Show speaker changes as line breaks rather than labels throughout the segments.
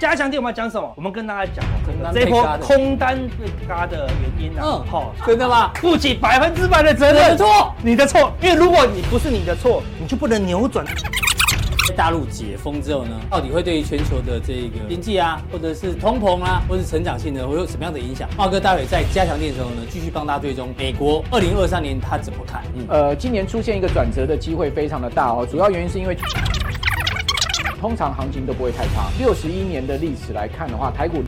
加强点我们要讲什么？我们跟大家讲
空单
这
被
波
嘎的
空单被嘎的原因啊
嗯，
好，
真的吗？
负起百分之百的责
没
任，
错，
你的错，因为如果你不是你的错，你就不能扭转。
在大陆解封之后呢，到底会对于全球的这个经济啊，或者是通膨啊，或者是成长性的，会有什么样的影响？茂哥待会在加强店的时候呢，继续帮大家追踪美国二零二三年他怎么看。嗯，
呃，今年出现一个转折的机会非常的大哦，主要原因是因为。通常行情都不会太差。六十一年的历史来看的话，台股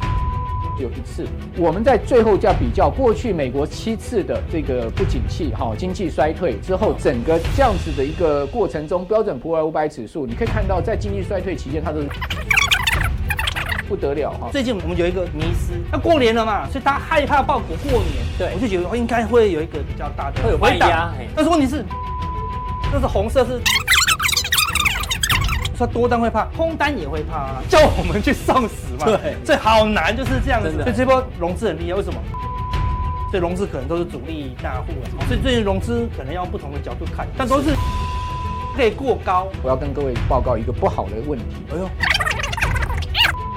只有一次。我们在最后再比较过去美国七次的这个不景气、哈、经济衰退之后，整个这样子的一个过程中，标准普尔五百指数，你可以看到在经济衰退期间，它都是不得了哈、
最近我们有一个迷失，要过年了嘛，所以大家害怕报股过年，
对
我就觉得哦应该会有一个比较大的
会有卖
回档
压嘿
但是问题是，就是红色是。说多单会怕，空单也会怕啊，叫我们去送死嘛。
对
所以好难，就是这样子。
真的
所以这波融资很厉害，为什么？所以融资可能都是主力大户啊，
嗯
所以最近融资可能要用不同的角度看，但都是可以过高，
我要跟各位报告一个不好的问题
哎呦，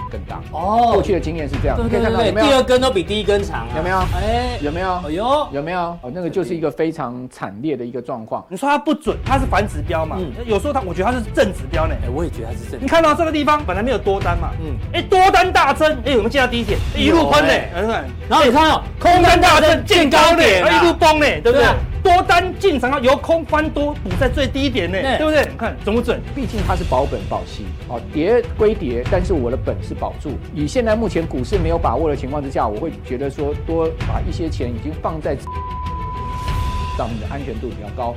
更大。
哦
呃过去的经验是这样，
对
你可
对
以看到
对
有没
对，第二
有？
根都比第一根长啊，
有没有
哎，
有没有？
哎呦，
有没有？哦，那个就是一个非常惨烈的一个状况。
你说它不准，它是反指标嘛？
嗯
有时候它，我觉得它是正指标呢。
哎，我也觉得他是正
你。看到这个地方本来没有多单嘛，嗯
嗯，
哎、多单大增，哎、我们见到低点，哎一路喷呢、
有哎
哎对不对
然后你看哦，
空单大增见高点，
啊
哎一路崩呢、对不对
对？啊
多单进场由空翻多补在最低点呢、
对
对不对？你看准不准？
毕竟它是保本保息哦，跌归跌，但是我的本是保住。以现在目前股市没有把握的情况之下，我会觉得说多把一些钱已经放在，让我们的安全度比较高。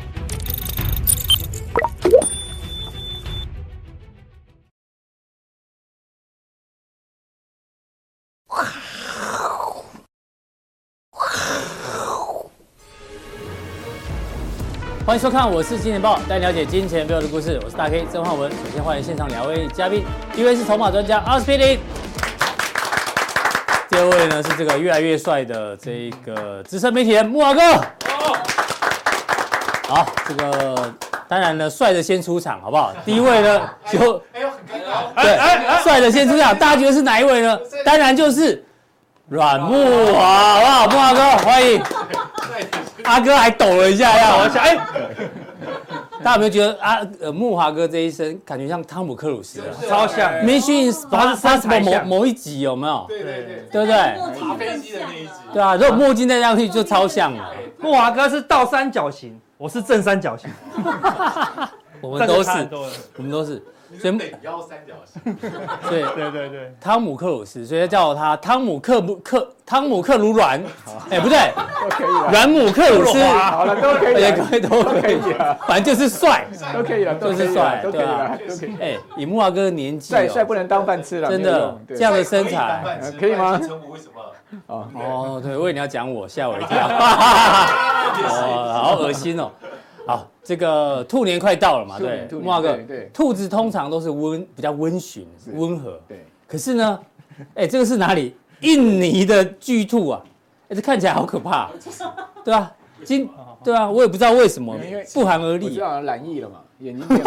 欢迎收看，我是金钱豹，带你了解金钱背后的故事。我是大 K 曾焕文。首先欢迎现场两位嘉宾，第一位是筹码专家阿司匹林，第二位呢是这个越来越帅的这个资深媒体人木华哥。好，这个当然呢，帅的先出场，好不好？第一位呢就哎对，帅的先出场，大家觉得是哪一位呢？当然就是阮木华，好不好？木华哥，欢迎。阿哥还抖了一下呀，
我想，哎、
大家有没有觉得啊？呃，木华哥这一身感觉像汤姆克鲁斯啊
超像。
，Mission
他是他是
Impossible 某
像
某一集有没有？
对对对，
对不对？
搭飞机的那一集，
对啊，如果墨镜戴上去就超像啊了。
木华哥是倒三角形，我是正三角形，
我们都
这个差很
是，
多了
我们都是，所
真
以
等腰三角形，
所以
对对对，
汤姆克鲁斯，所以他叫他汤姆克姆克汤姆克鲁软，哎不对，
都可以了，
软姆克鲁斯，
好了，都可以
而且
了
各，位都可以
都可以啊，
反正就是帅。
都可以了，都可以了，都可以了，都可以。
哎，以木华哥的年纪哦，
帅帅不能当饭吃了，
真的这样的身材。
可以吗
成为什么？
啊，
哦，对，我以为你要讲我，吓我一跳， 哦，好恶心哦。好，这个兔年快到了嘛，
兔
对，
年兔年
木华哥
对对，
兔子通常都是温比较温驯、温和，
对，
可是呢， 哎，这个是哪里？印尼的巨兔啊，哎，这看起来好可怕，对啊，今对啊，我也不知道为什么
因为
不寒而
我知
栗，
道懒意了嘛，眼睛变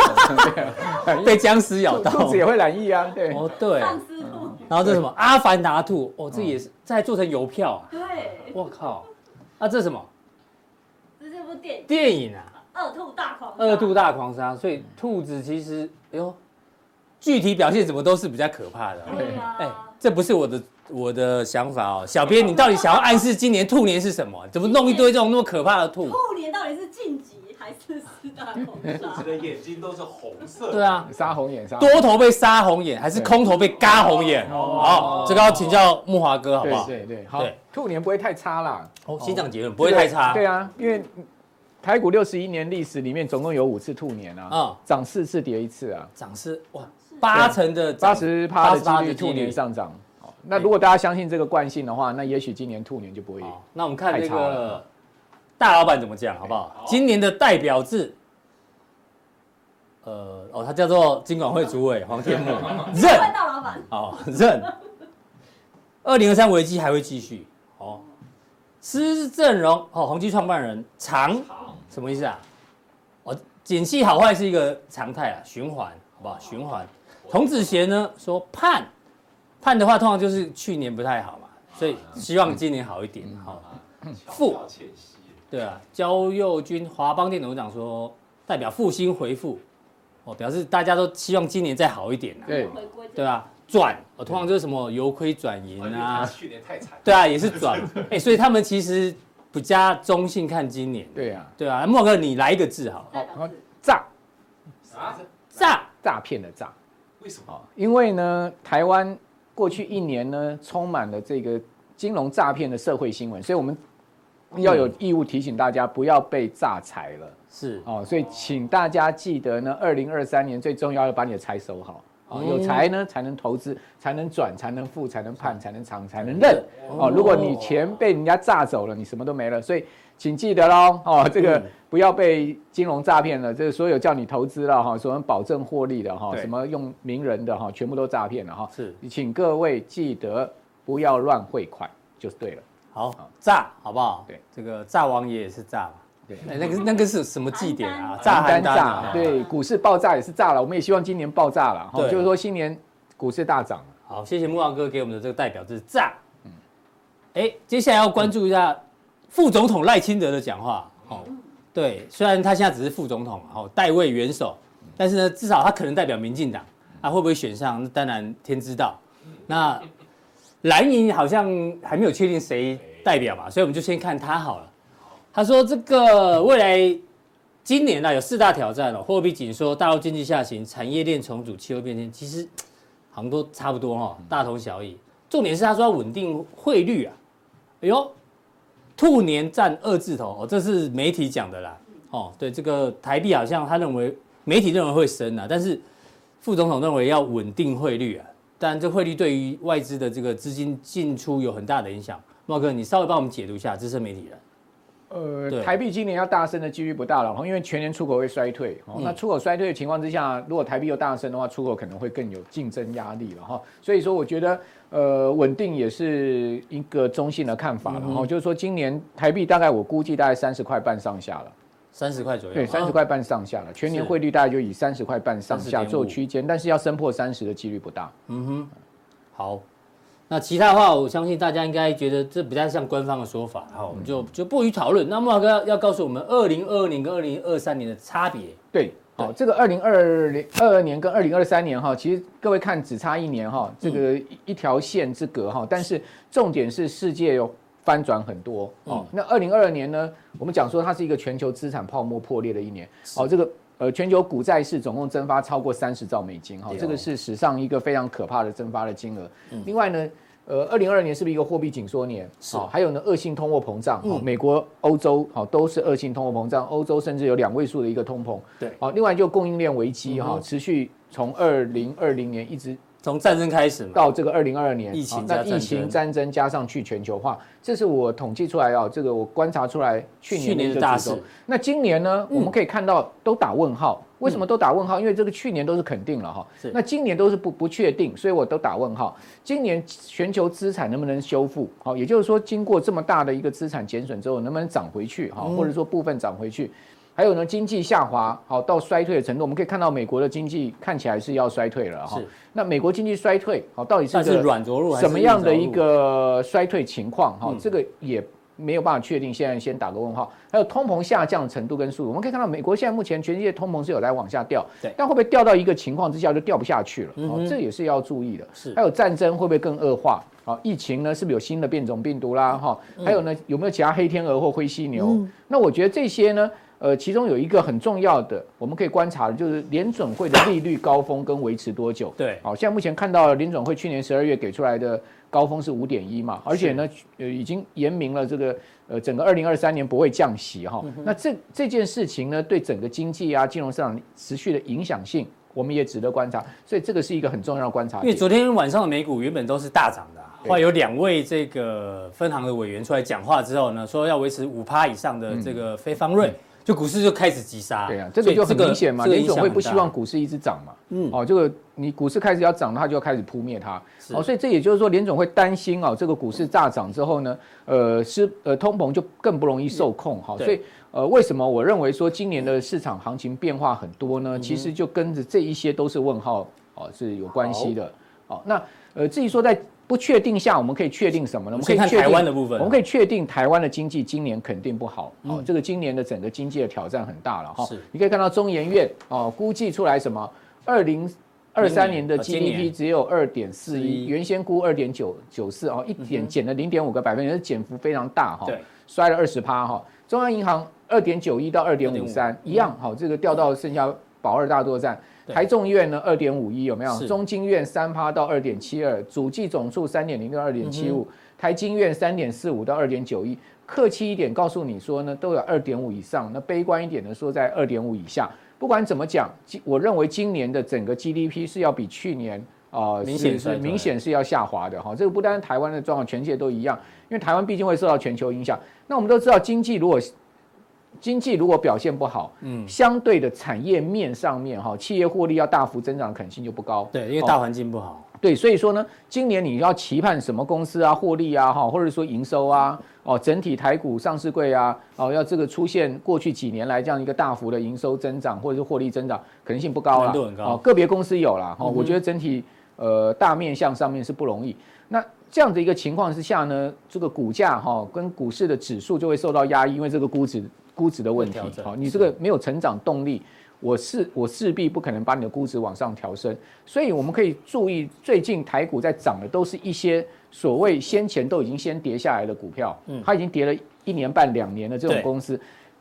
红，
被僵尸 咬到。
肚子也会懒意啊，对，
哦，对，
半丝兔，
然后这是什么？阿凡达兔，哦，这也
嗯
是这还做成邮票啊，
对，
我靠，啊，这是什么
这是部电影《
电影啊？
恶兔大狂》。
二度大狂杀，所以兔子其实，哎呦，具体表现怎么都是比较可怕的、哦。
对
哎
啊，，
这不是我的我的想法哦，小编，你到底想要暗示今年兔年是什么？怎么弄一堆这种那么可怕的兔？
兔年到底是晋级还是四大狂
你
杀？
的眼睛都是红色。
对，啊，
杀红眼，杀
多头被杀红眼，还是空头被嘎红眼？好，这个要请教木华哥好不好？
哦对对对，好
对，
兔年不会太差啦，
哦，先讲结论，不会太差。
对啊，因为台股六十一年历史里面总共有五次兔年啊，
嗯
涨四次跌一次啊，
涨势哇，八成的涨
八十趴的
88
几率兔年上涨。好那如果大家相信这个惯性的话，那也许今年兔年就不会。
好，那我们看
太
这
差哎
个大老板怎么讲，好不好？今年的代表制，呃，哦，他叫做金管会主委黄天木，
各
认
位大老板，
好、认。二零二三危机还会继续哦。施正荣哦，宏基创办人长什么意思啊？哦，景气好坏是一个常态啊，循环，好不好？循环。童子贤呢说盼盼的话通常就是去年不太好嘛，所以希望今年好一
嗯
点。好、
富要浅析，
对啊，焦佑军华邦店董事长说，代表复兴回复，哦，表示大家都希望今年再好一点啊，
对
回归正
对吧？转，哦，通常就是什么由亏转盈
因为他
哎
啊，
哎去年太惨，
对啊，也是转， 哎、所以他们其实不加中性看今年，
对啊，
对啊，莫哥你来一个字啊好了，
代表是
诈
啊，
炸，
诈骗的诈，
为什么？
因为呢，台湾过去一年呢，充满了这个金融诈骗的社会新闻，所以我们要有义务提醒大家不要被诈财了。
是
哦，所以请大家记得呢，二零二三年最重要要把你的财收好。哦
嗯，
有财呢才能投资，才能转，才能付，才能判，才能藏，才能认。哦，如果你钱被人家炸走了，你什么都没了。所以请记得喽，哦，这个不要被金融诈骗了。这个所有叫你投资了哈，所谓保证获利的哈，
对
什么用名人的哈，全部都诈骗了哈。
是
请各位记得不要乱汇款，就是对了。
好炸，好不好？
对，
这个炸王爷也是炸嘛，
对
哎那个那个是什么祭典啊？
邯郸
炸邯郸
炸
啊，，
对，股市爆炸也是炸了，我们也希望今年爆炸了，哈，
对
就是说新年股市大涨。
好，谢谢木王哥给我们的这个代表就是炸。哎、接下来要关注一下副总统赖清德的讲话。哦，对，虽然他现在只是副总统，哦，代位元首，但是呢，至少他可能代表民进党啊，会不会选上？那当然天知道。那蓝营好像还没有确定谁代表嘛，所以我们就先看他好了。他说这个未来今年呢、啊、有四大挑战哦，货币紧缩、大陆经济下行、产业链重组、气候变迁，其实好像都差不多哈、哦，大同小异。重点是他说要稳定汇率啊，哎呦，兔年占二字头哦，这是媒体讲的啦。哦，对，这个台币好像他认为媒体认为会升啊，但是副总统认为要稳定汇率啊，但这汇率对于外资的这个资金进出有很大的影响。茂哥，你稍微帮我们解读一下，资深媒体人对
呃，台币今年要大升的几率不大了，哈因为全年出口会衰退。哦
嗯
那出口衰退的情况之下，如果台币又大升的话，出口可能会更有竞争压力了哈。所以说，我觉得呃，稳定也是一个中性的看法
嗯
了。哈，就是说，今年台币大概我估计大概三十块半上下了。
三十块左右，
对，三十块半上下了，全年
是
汇率大概就以三十块半上下
30.5
做区间，但是要升破三十的几率不大。
嗯好，那其他的话，我相信大家应该觉得这比较像官方的说法，好，我们
嗯
就就不予讨论。那莫老哥要要告诉我们二零二二年跟二零二三年的差别，
对，好，这个二零二零二二年跟二零二三年哈，其实各位看只差一年哈，这个
嗯
一一条线之隔哈，但是重点是世界有翻转很多
嗯。
哦那二零二二年呢，我们讲说它是一个全球资产泡沫破裂的一年哦，这个。呃，全球股债市总共蒸发超过三十兆美金，哈、
对哦嗯
这个是史上一个非常可怕的蒸发的金额。另外呢，呃，二零二二年是不是一个货币紧缩年？
是
哦还有呢，恶性通货膨胀，哦
嗯
美国、欧洲好、哦都是恶性通货膨胀，欧洲甚至有两位数的一个通膨。
对
好、另外就供应链危机
嗯
哈、
哼
持续从二零二零年一直
从战争开始嘛，
到这个二零二二年，
疫情
好
加
那
战
疫情
争
战争加上去全球化，这是我统计出来啊，这个我观察出来去
去
年的
年
一
的
个
大
指
事
标，那今年呢，
嗯
我们可以看到都打问号，为什么都打问号？因为这个去年都是肯定了哈
是，
那今年都是不不确定，所以我都打问号。今年全球资产能不能修复？好，也就是说，经过这么大的一个资产减损之后，能不能涨回去？
嗯
哈，或者说部分涨回去？还有呢，经济下滑，好到衰退的程度，我们可以看到美国的经济看起来是要衰退了哈
是。
那美国经济衰退，好到底是
但是
个
软着陆还是
什么样的一
硬着陆？
个衰退情况哈
嗯，
这个也没有办法确定，现在先打个问号。还有通膨下降程度跟速度，我们可以看到美国现在目前全世界通膨是有来往下掉
对，
但会不会掉到一个情况之下就掉不下去了？
嗯
哦
哼，
这也是要注意的。
是
还有战争会不会更恶化？好，疫情呢是不是有新的变种病毒啦？哈，
嗯
还有呢有没有其他黑天鹅或灰犀牛？那我觉得这些呢。呃，其中有一个很重要的，我们可以观察的就是联准会的利率高峰跟维持多久。
对
好，现在目前看到联总会去年十二月给出来的高峰是五点一嘛，而且呢，呃，已经言明了这个呃整个二零二三年不会降息哈、那这这件事情呢，对整个经济啊金融市场持续的影响性，我们也值得观察，所以这个是一个很重要的观察
因为
点。
昨天晚上的美股原本都是大涨的啊、
对
后来有两位这个分行的委员出来讲话之后呢，说要维持五趴以上的这个非方瑞，就股市就开始急杀。
嗯对啊，这个就很明显嘛，
所以
联
这个
总会不希望
这个影响很大
股市一直涨嘛，
嗯
嗯，哦，这个你股市开始要涨，它就要开始扑灭它，
是
哦，所以这也就是说联总会担心哦，这个股市大涨之后呢，呃，是呃通膨就更不容易受控哈，
嗯对
所以呃为什么我认为说今年的市场行情变
嗯
化很多呢？其实就跟着这一些都是问号哦是有关系的。哦，那呃，至于说在不确定下，我们可以确定什么呢？我们可以
先看
确定
台湾的部分啊嗯
我们可以确定台湾的经济今年肯定不好。哦，这个今年的整个经济的挑战很大了哈
是。
你可以看到中研院哦估计出来什么二零。二三年的
呃今年
GDP 只有二点四
41
一，原先估二点九九四哦，一点减了零点五个百分点，这减幅非常大哈、
嗯对
摔了二十趴哈。中央银行二点九一到二点五三一样，好、这个掉到剩下保二大作战。
对
台众院呢二点五一有没有
是？
中经院三趴到二点七二，主计总数三点零六二点七
嗯
五，台经院三点四五到二点九一。客气一点告诉你说呢，都有二点五以上，那悲观一点的说在二点五以下。不管怎么讲，今我认为今年的整个 GDP 是要比去年啊、呃
明显
是
衰
是
退
明显是要下滑的哈。这个不单是台湾的状况，全世界都一样，因为台湾毕竟会受到全球影响。那我们都知道，经济如果经济如果表现不好，
嗯，
相对的产业面上面哈，企业获利要大幅增长的可能性就不高。
对，因为
哦
大环境不好，
对，所以说呢，今年你要期盼什么公司啊、获利啊，哈，或者说营收啊，哦，整体台股上市柜啊，哦，要这个出现过去几年来这样一个大幅的营收增长或者是获利增长，可能性不高
难
了
度很高。嗯
哦，个别公司有啦，哈、哦我觉得整体呃大面向上面是不容易。那这样的一个情况之下呢，这个股价哈、跟股市的指数就会受到压抑，因为这个估值估值的问题哦
调，整
好、你这个没有成长动力，我势我势必不可能把你的估值往上调升，所以我们可以注意最近台股在涨的都是一些所谓先前都已经先跌下来的股票，
嗯
它已经跌了一年半两年的这种
对
公司。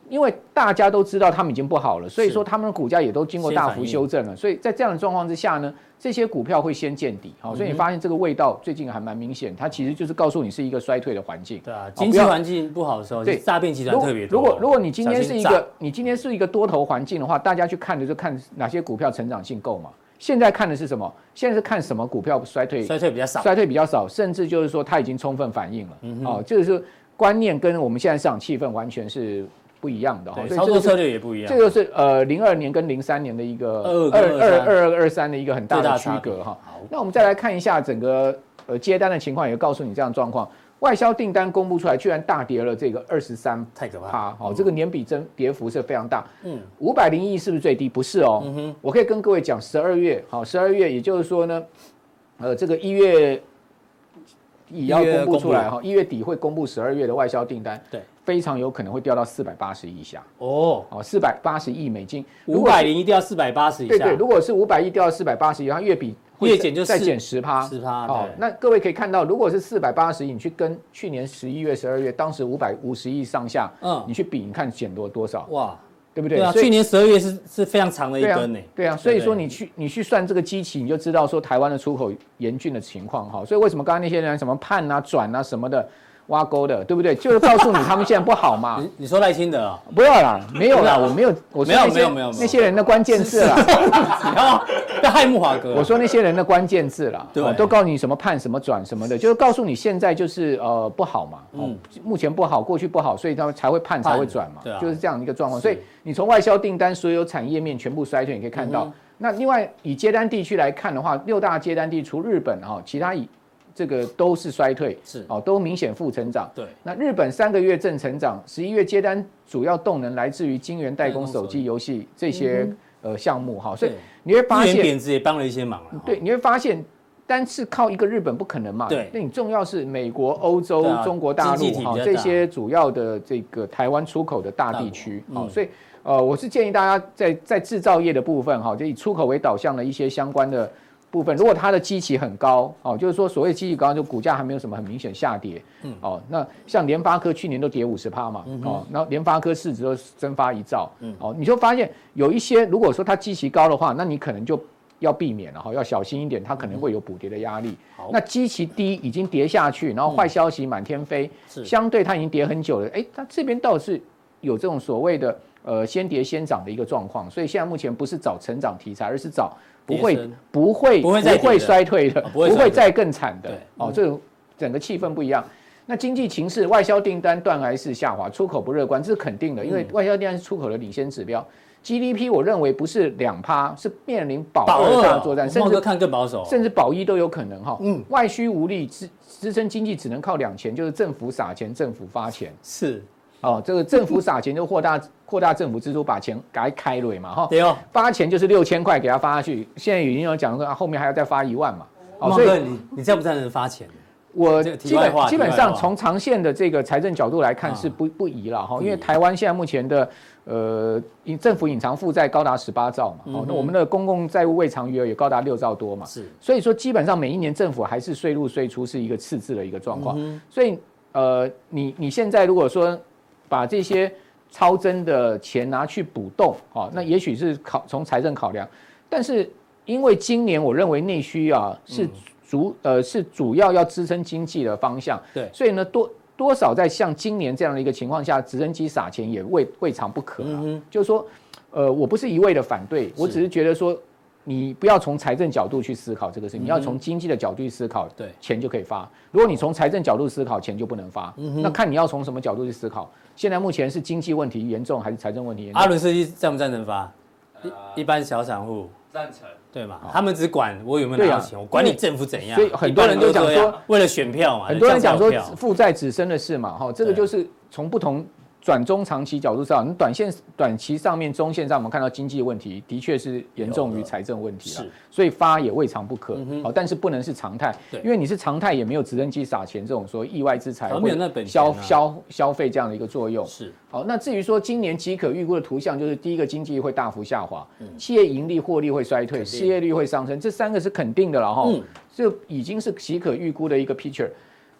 因为大家都知道他们已经不好了，所以
是
说他们的股价也都经过
先
大
反
幅
应
修正了，所以在这样的状况之下呢，这些股票会先见底，
嗯
好、所以你发现这个味道最近还蛮明显，它其实就是告诉你是一个衰退的环境。
对啊，
哦
经济
不要
环境不好的时候，
对
诈骗集团
如果
特别多。
如果如果你今天
小
是
心
一
诈
个你今天是一个多头环境的话，大家去看的就看哪些股票成长性够嘛。现在看的是什么？现在是看什么股票衰退
衰退比较少，嗯
衰退比较少，甚至就是说它已经充分反映了。哦，这个是观念跟我们现在市场气氛完全是不一样的哈。
对
所以
操
这
作
个是
策略也不一样
这。就是呃零二年跟零三年的一个
22
二
跟
二
23
二二二三的一个很大
最大
的
的
区
差别
隔哈
好。
那我们再来看一下整个呃接单的情况，也告诉你这样的状况。外销订单公布出来，居然大跌了这个二十三
太可怕
趴
了，，
好，这个年比增跌幅是非常大。
嗯
嗯，五百零一是不是最低？不是哦，我可以跟各位讲，十二月好，十二月也就是说呢，呃，这个一月也要
一月
公布出来
公布
哈，一月底会公布十二月的外销订单，
对，
非常有可能会掉到四百八十以下，
哦，
哦，四百八十亿美金，如
五
果
百
是
零一定要四百八十以
对
下，
对，如果是五百亿掉到四百八十亿，它月比会
月减就
再
4
减十趴，
10%
哦
对。
那各位可以看到，如果是四百八十亿，你去跟去年十一月、十二月当时五百五十亿上下，
嗯
你去比，你看减多多少，
哇，
对不对？
对啊，
所以
去年十二月是是非常长的一
对啊
根呢。
对啊，所以说
对
你去你去算这个机器，你就知道说台湾的出口严峻的情况哈。所以为什么刚刚那些人什么盼啊、转啊什么的。挖沟的，对不对？就是告诉你他们现在不 好嘛。
你你说赖清德啊，
不要啦，没有啦，我没有，我
没
说
有
那些
没有没有没有
那些人的关键字啦。
你要要害木华哥啊，
我说那些人的关键字啦，
对
哦都告诉你什么判什么转什么的，就是告诉你现在就是呃不好嘛，哦
嗯
目前不好，过去不好，所以他们才会判
判
才会转嘛，
对啊
就是这样一个状况。
是
所以你从外销订单所有产业面全部衰退，你可以看
嗯
到。那另外以接单地区来看的话，六大接单地除日本哈、哦，其他以这个都是衰退，
是
哦，都明显负成长。
对，
那日本三个月正成长，十一月接单主要动能来自于晶圆代工、
代工
手
手嗯
机、游戏这些呃项目哈，所以
对
你会发
日元
现
贬值也帮了一些忙了哦。
对，你会发现，单是靠一个日本不可能嘛。
对
那你重要是美国、欧洲、
对啊
中国大
经
陆
济体
哈
比较
这
大
些主要的这个台湾出口的大地区
大国
好，哦
嗯
所以呃，我是建议大家在在制造业的部分哈，就以出口为导向的一些相关的。部分，如果它的基期很高，哦，就是说所谓基期高，就股价还没有什么很明显下跌，嗯，哦，那像联发科去年都跌五十趴嘛，哦，那联发科市值都蒸发一兆，嗯，哦，你就发现有一些，如果说它基期高的话，那你可能就要避免了哈，要小心一点，它可能会有补跌的压力。
好
那基期低已经跌下去，然后坏消息满天飞，
是
相对它已经跌很久了，哎，它这边倒是有这种所谓的呃先跌先涨的一个状况，所以现在目前不是找成长题材，而是找不
跌
会
升
不会
不会再跌的
衰退的
哦，不
不
会衰退
会再更惨的
对，嗯
哦，这种整个气氛不一样。那经济情势，外销订单断崖式下滑，出口不乐观，这是肯定的，因
嗯
为外销订单是出口的领先指标。GDP 我认为不是两趴，是面临保
保
二
二
大
啊
作战，甚
茂
至
哥看更保守哦，
甚至保一都有可能哈。
嗯
嗯，外需无力支支撑经济，只能靠两钱，就是政府撒钱，政府发钱。
是
哦，这个政府撒钱就扩大 扩大政府支出，把钱给它开蕊嘛哈。
对哦，
发钱就是六千块给他发下去，现在已经有讲说啊，后面还要再发一万嘛。哦
孟
所以
哥，你你这样不赞成发钱？
我
这个题
基
外
本
话
基本
题外
上
话
从长线的这个财政角度来看
啊
是不不宜了哈，
不
因为
宜
台湾现在目前的呃隐政府隐藏负债高达十八兆嘛，哦
嗯，哼
那我们的公共债务未偿余额也高达六兆多嘛，
是
所以说基本上每一年政府还是税入税出是一个赤字的一个状况，
嗯
所以呃你你现在如果说把这些超增的钱拿去补洞哦，那也许是考从财政考量，但是因为今年我认为内需啊是
嗯
主呃是主要要支撑经济的方向，
对
所以呢多多少在像今年这样的一个情况下，直升机撒钱也未未尝不可啊
嗯。哼
就是说，呃，我不是一味的反对，我只是觉得说，你不要从财政角度去思考这个事情，你要从经济的角度去思考，
嗯对
钱就可以发。如果你从财政角度思考，钱就不能发。
嗯
那看你要从什么角度去思考。现在目前是经济问题严重还是财政问题严重
阿？伦设计赞不赞成发？
呃
一一般小散户
赞成，
对嘛？他们只管我有没有
啊对
拿
啊
到钱，我管你
因为
政府怎样。
所以很多人都讲
一般这
说
样为了选票嘛，
很多人讲说
这样才有票
负债只生的事嘛，哈，这个
对
就是从不同转中长期角度上，你短线、短期上面、中线上，我们看到经济问题的确是严重于财政问题了
是，
所以发也未尝不可
嗯哼，
好，但是不能是常态
对，
因为你是常态也没有直升机撒钱这种说意外之财
好像没有那本
会
钱
消
啊
消消费这样的一个作用。
是
好，那至于说今年即可预估的图像，就是第一个经济会大幅下滑，企业盈利获利会衰退，
嗯肯定
失业率会上升，这三个是肯定的了哈
嗯，
这已经是即可预估的一个 picture。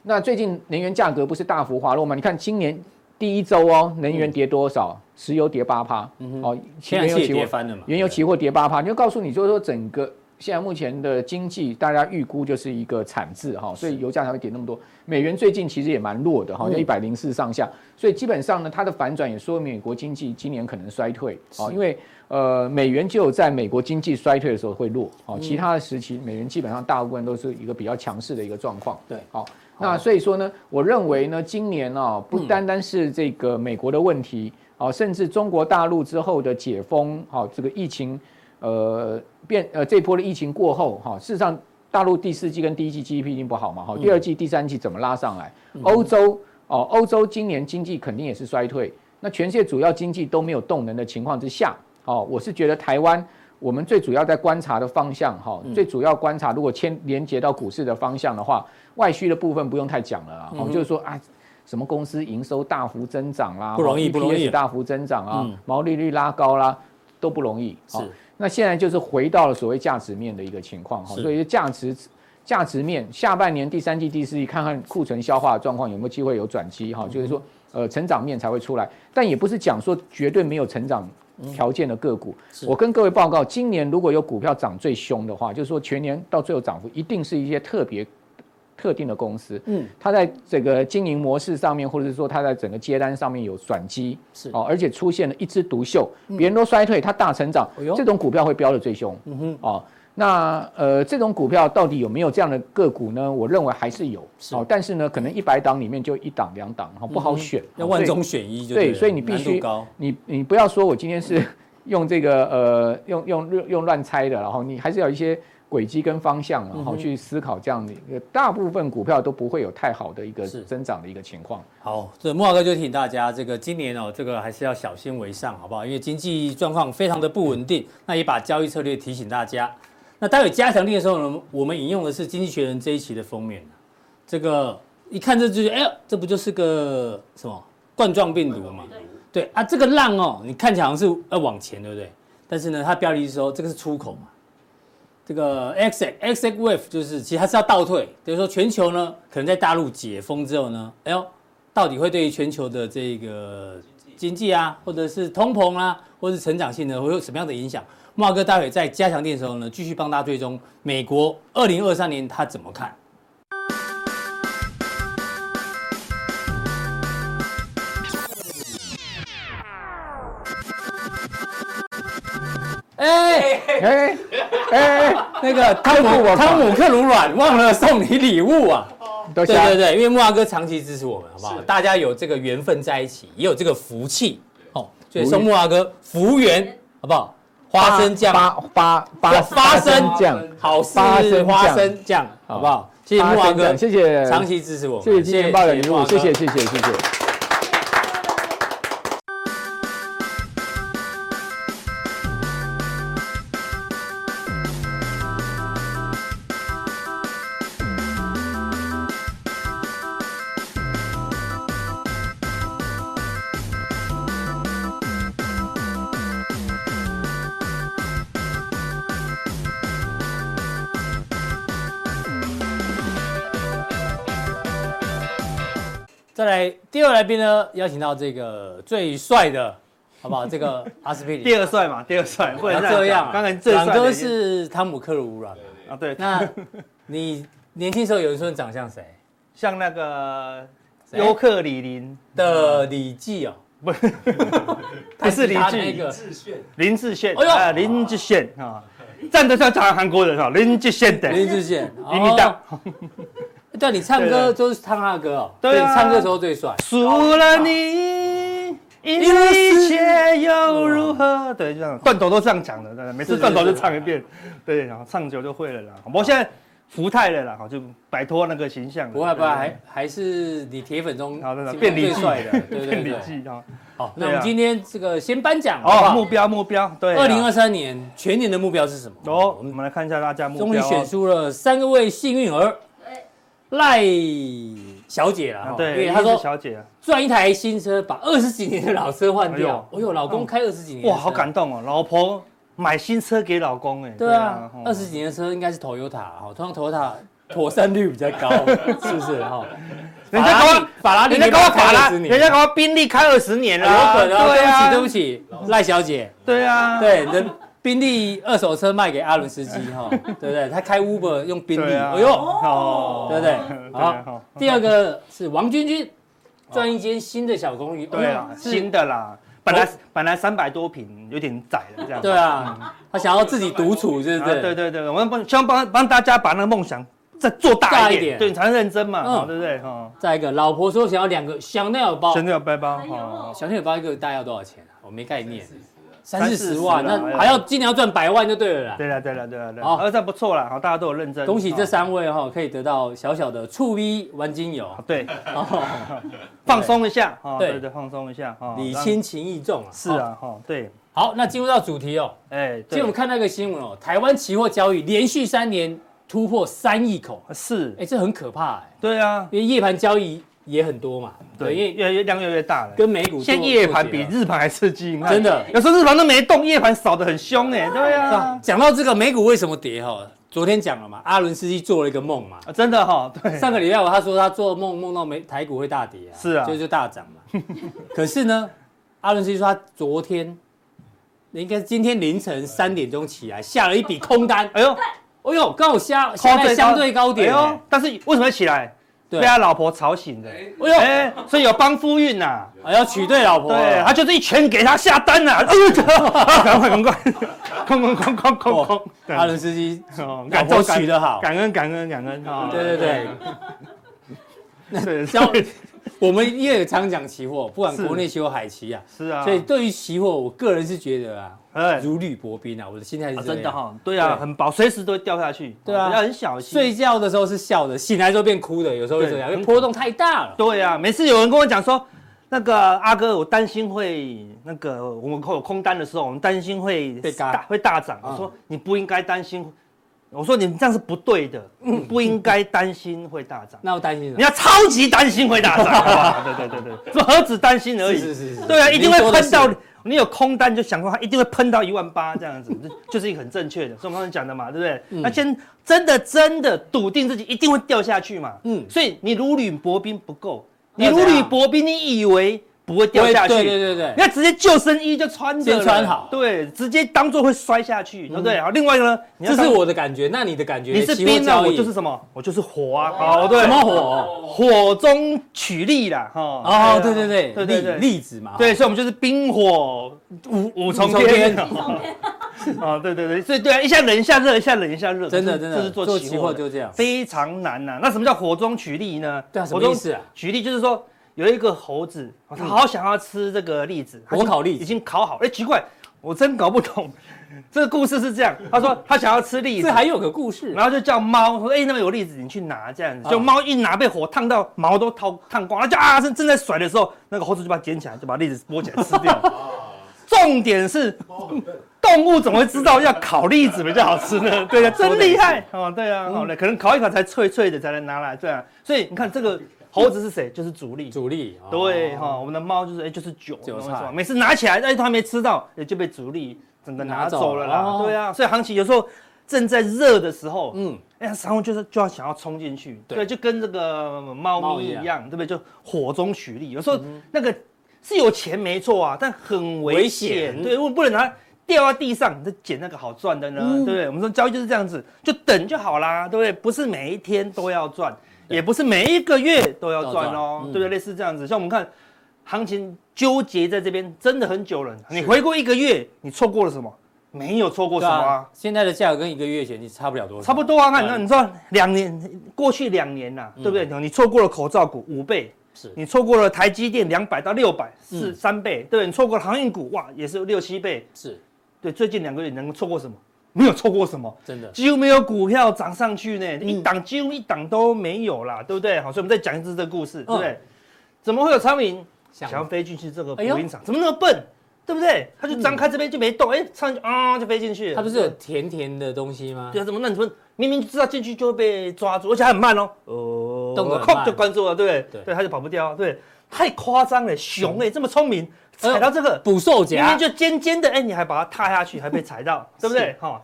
那最近能源价格不是大幅滑落吗？你看今年第一周哦，能
嗯
源跌多少？石油跌八趴，哦，
天然
原油
气也
期货
跌翻了嘛，
原油期货跌八趴，你就告诉你，就是说整个现在目前的经济，大家预估就是一个惨字哈，所以油价才会跌那么多。美元最近其实也蛮弱的哈，就一百零四上下，所以基本上呢，它的反转也说明美国经济今年可能衰退啊，因为呃，美元只有在美国经济衰退的时候会弱哦，其他的时期美元基本上大部分都是一个比较强势的一个状况。
对
好。那所以说呢，我认为呢，今年啊、不单单是这个美国的问题，哦，甚至中国大陆之后的解封，好、这个疫情，呃，变呃这波的疫情过后，哈、事实上大陆第四季跟第一季 GDP 已经不好嘛，哈、第
嗯
二季、第三季怎么拉上来？欧洲哦，欧洲今年经济肯定也是衰退，那全世界主要经济都没有动能的情况之下，哦，我是觉得台湾。我们最主要在观察的方向，哈，
嗯
最主要观察，如果牵连接到股市的方向的话，外需的部分不用太讲了啦，
嗯
哦，就是说啊，什么公司营收大幅增长啦，
不容易
EPS
不容易
大幅增长啊
嗯，
毛利率拉高啦，都不容易。
是
哦那现在就是回到了所谓价值面的一个情况哈，
是
所以价值价值面下半年第三季、第四季看看库存消化的状况有没有机会有转机哈，就是说呃成长面才会出来，但也不是讲说绝对没有成长条件的个股。我跟各位报告，今年如果有股票涨最凶的话，就是说全年到最后涨幅一定是一些特别特定的公司，
嗯
嗯，它在整个经营模式上面，或者是说它在整个接单上面有转机，
是
哦，而且出现了一枝独秀，别人都衰退，它大成长
哎呦，
这种股票会飙得最凶，嗯哼，哦。那呃，这种股票到底有没有这样的个股呢？我认为还是有，哦，但是呢，可能一百档里面就一档两档，哦，不好选，
嗯要
哦
万
所以
中选一就
对，
了
所以你必
难度
须
高，
你你不要说我今天
嗯
是用这个呃用用用乱猜的，然后你还是要有一些轨迹跟方向，
嗯
然后去思考这样的一个。大部分股票都不会有太好的一个
是
增长的一个情况。
好，这莫华哥就提醒大家，这个今年哦，这个还是要小心为上，好不好？因为经济状况非常的不稳定，那也把交易策略提醒大家。那待会加强力的时候呢，我们引用的是《经济学人》这一期的封面，啊这个一看这就是，哎呦，这不就是个什么冠状病毒嘛？
对，
对啊，这个浪哦，你看起来好像是要往前，对不对？但是呢，它标题是说这个是出口嘛，这个 X X X wave 就是其实它是要倒退，等于说全球呢可能在大陆解封之后呢，哎呦，到底会对于全球的这个经济啊，或者是通膨啊，或者是成长性呢，会有什么样的影响？茂哥待会在加强店的时候呢，继续帮大家追踪美国二零二三年他怎么看。哎、
哎哎，
那个汤
克鲁
姆
软
汤姆克鲁软忘了送你礼物啊！
都
对
下
对对，因为木华哥长期支持我们，好不好？
是
大家有这个缘分在一起，也有这个福气哦，所以
福
送木华哥福缘，好不好？花生酱、
八八八
哇花生
酱，
好吃
花生酱
花生酱，好不好？谢谢木
八
华
生
哥
酱，谢谢，
长期支持我们，
谢谢金钱豹的礼
木
物，
华
谢
哥
谢谢谢谢谢。
再来第二来宾呢，邀请到这个最帅的，好 不好？这个阿斯匹
第
林。
二帅嘛，第二帅，不
不
能
要这样啊，
刚才最帅
阮
的
哥
一定
是汤姆克鲁软。
对
啊，对，
那 你年轻时候有人说你长相谁
像那个
谁
尤克里林，
的李记哦，
不是林
他那
俊，
个
对，志炫
林志炫，
哎呦
啊，林志炫啊，站得像长韩国人啊，林志炫的，
林志炫，
李敏
哦
大，
对，你唱歌
对对
都是唱他的歌哦，
对啊
你唱歌的时候最帅。
除了你。一切又如
哦
何？对，这样段头都这样讲的，对每次段头就唱一遍，对，然后唱久就会了啦。我现在服态了啦，好就摆脱那个形象了。
不会不会，
对
还还是你铁粉中
好，真的
基
变
本
李
最
记
帅 的，，对对
变李
对。
记啊！
好，那
对啊
我们今天这个先颁奖好不
哦，
好
目？标目标，对啊，
二零二三年全年的目标是什么？
哦，
我
我
们
们来看一下大家目标哦。
终于选出了三个位幸运儿，
对，
赖小姐
啊
啦，，哦
对，
因为
一
她
定是
说
小姐，啊
赚一台新车，把二十几年的老车换掉。
哎
哎呦，老公开二十几年，啊
哇，好感。动哦，老婆买新车给老公哎，
对啊，
哦
二十几年的车应该是 Toyota 哈，通常 Toyota 妥善率比较 高，是不是哈？
人家搞我啊
法拉利，
人家搞我法拉，
开20年
人家搞我宾利开二十年了，
有可能
对
啊，
啊，
对不起，对不起，赖小姐，
对啊，
对，你的宾利二手车卖给阿伦斯基哈，对不对？他开 Uber 用宾利，
对啊
哎呦，
哦，
对不对？好，
好，
第二个是王君君，赚一间新的小公寓，
对啊
哎，呦
新，的啦，本来本来三百多平，有点窄了这样，嗯
是哦对啊，他想要自己独处，对不
啊，
对？
对对对，我们帮希望帮帮大家把那个梦想再做大
大
一
一
点，
点
对，你才能认真嘛，
嗯
哦对不对？哈，
再一个，老婆说想要两个香奈儿包，
真的有背包，
哎
哦
呦，
香奈儿包一个大概要多少钱啊？我没概念，三
三
四
四
十
十
万，
啦哎
那还要今年要赚百万就对了啦。
对了对了对了对了，
好
哦，这样不错啦，好，大家都有认真，
恭喜这
哦
三位哈，可以得到小小的醋 V 玩精油，
啊对，
哦
放松一下哈，
对
对对，放松一下哈，
礼
让
轻情意重啊。
是啊哈，对，
好，好，那进入到主题哦。
哎，
今天
对
我们，看那个新闻哦，台湾期货交易连续三年突破三亿口，
呃是，
哎，这很可怕哎，
对啊，
因为夜盘交易也很多嘛，对，
对，
因为
越来越量越来越大了，
跟美股做
现在夜盘
做
比
结合
日盘还刺激，你看
真的。
有时候日盘都没动，夜盘扫得很凶哎，对
啊
啊，
讲到这个美股为什么跌哈，昨天讲了嘛，阿伦斯基做了一个梦嘛，
啊真的哈，对，
上个礼拜我他说他做梦梦到美台股会大跌啊，
是啊
就就大涨嘛。 可是呢，阿伦斯基说他昨天，应该是今天凌晨三点钟起来下了一笔空单，
哎呦，
哎呦，刚好下下在相对高点、
哎
哎
呦，但是为什么会起来？
对
被他老婆吵醒的，
哎呦
哎，所以有帮夫运呐，
哎要娶对老婆了，啊
对，啊他就是一拳给他下单呐，哎 赶快赶 快，空空空空空
哦
空，对
阿伦斯基
哦
老婆娶得好，
感恩感恩感恩啊！
对对对。
对，
像我们也常讲期货，不管
是
国内期货、海期啊，
是啊，
所以对于期货，我个人是觉得啊，
哎
如履薄冰啊，我的心态是
啊
这样
真的。哈，对啊，
对
很薄，随时都会掉下去，哦
对啊
要很小心。
睡觉的时候是笑的，醒来之后变哭的，有时候会这样，
对
因为波动太大了。
对啊，每次有人跟我讲说，那个阿哥，我担心会那个我们有空单的时候，我们担心会
被嘎
大会大涨。
嗯
我说你不应该担心，我说你这样是不对的，你不应该担心会大涨。
那我担心什
你
么？
要超级担心会大涨，好不好 对对对对，这何止担心而已，
是是是是
对啊，一定会
你
喷
说
到
的是
你有空单就想说它一定会喷到一万八这样子， 这就是一个很正确的，所以我们刚才讲的嘛，对不对？
嗯
那先真的真的笃定自己一定会掉下去嘛，嗯
嗯，
所以你如履薄冰不够，你
要怎
如
样
履薄冰，你以为不会掉下去，
对对对对
你要直接救生衣就穿着了，
先穿好嗯
对，直接当做会摔下去，对不对？好，另外一个呢，你要
这是
当
我的感觉，那你的感觉？
你是
期货
冰啊，
交
我
易
就是什么，我就是火啊，哦，对，
什么火？
火中取栗啦，哈。
哦，对对
啊
对，
对对对，
例例子嘛，哦
对，所以我们就是冰火五五重
五重
天
天
啊，对对对，所以对啊，一下冷一下热，一下冷一下热，
真的
这
真
是
的
这是做
做
期
期
货
货
的
就这样
非常难啊呐、那什么叫火中取栗呢？
对啊什么
火中
意思啊
取栗就是说有一个猴子，哦他好想要吃这个栗子，他已经
火烤栗子
已经烤好，哎，奇怪，我真搞不懂， 这个故事是这样，他说他想要吃栗子，
这还有个故事
然。后就叫猫说：“哎、那边有栗子，你去拿。”这样子，就
嗯
猫一拿被火烫到毛都烫烫光，然后就啊正正在甩的时候，那个猴子就把它捡起来，就把栗子剥起来吃 掉。重点是，动物怎么会知道要烤栗子比较好吃呢？对啊，真厉害哦！对啊，
嗯
好嘞，可能烤一烤才脆脆的，才能拿来。对啊，所以你看这个猴子是谁？就是主力。
主力
对哈、
哦
我们的猫就是哎、就是酒，
韭
你懂我意思吗
菜
每次哎拿起来哎、它还没吃到，也就被主力整个拿
拿走
走了啦。
了哦
对啊，所以行情有时候正在热的时候，
嗯，
哎、呀，散户就是就要想要冲进去，
对
对，就跟这个猫
猫
咪
一样嗯
一样，对不对？就火中取栗，有时候那个是有钱没错啊，但很危
危
险，
险
对，不不能拿掉到地上，你再捡那个好赚的呢，
嗯
对不对？我们说交易就是这样子，就等就好啦，对不对？不是每一天都要赚，也不是每一个月都要赚
都要
哦
赚，嗯
对不对？类似这样子，像我们看行情纠结在这边真的很久了，你回过一个月，你错过了什么？没有错过什
对
么
啊
啊，
现在的价格跟一个月前你差不了多少，
差不多啊，那
对嗯
你说两年过去两年啦、对不对？你错过了口罩股五倍，
是嗯
你错过了台积电两百到六百是三倍，对不对？你错过了航运股哇也是六七倍，
是
对，最近两个月你能错过什么？没有错过什 么，
真的，
几乎没有股票涨上去呢，
嗯
一档几乎一档都没有啦，对不对？好，所以我们再讲一次这个故
嗯
事，对不对？怎么会有长明
想
想要飞进去这个
哎呦嗯
捕鹰场？怎么那么笨？对不对？他就张开这边就没动，哎，上去啊就飞进去了。
它不是有甜甜的东西吗？
对啊，怎么那你说明明知道进去就会被抓住，而且还很慢哦，哦，
动得很慢
空就关住了，对不对？
对
对，他就跑不掉，对，太夸张了，熊哎、这么聪明，
哎呦
踩到这个，
捕
明
兽
明
夹，
就尖尖的，哎、你还把它踏下去，还被踩到，对不对
是？
哈、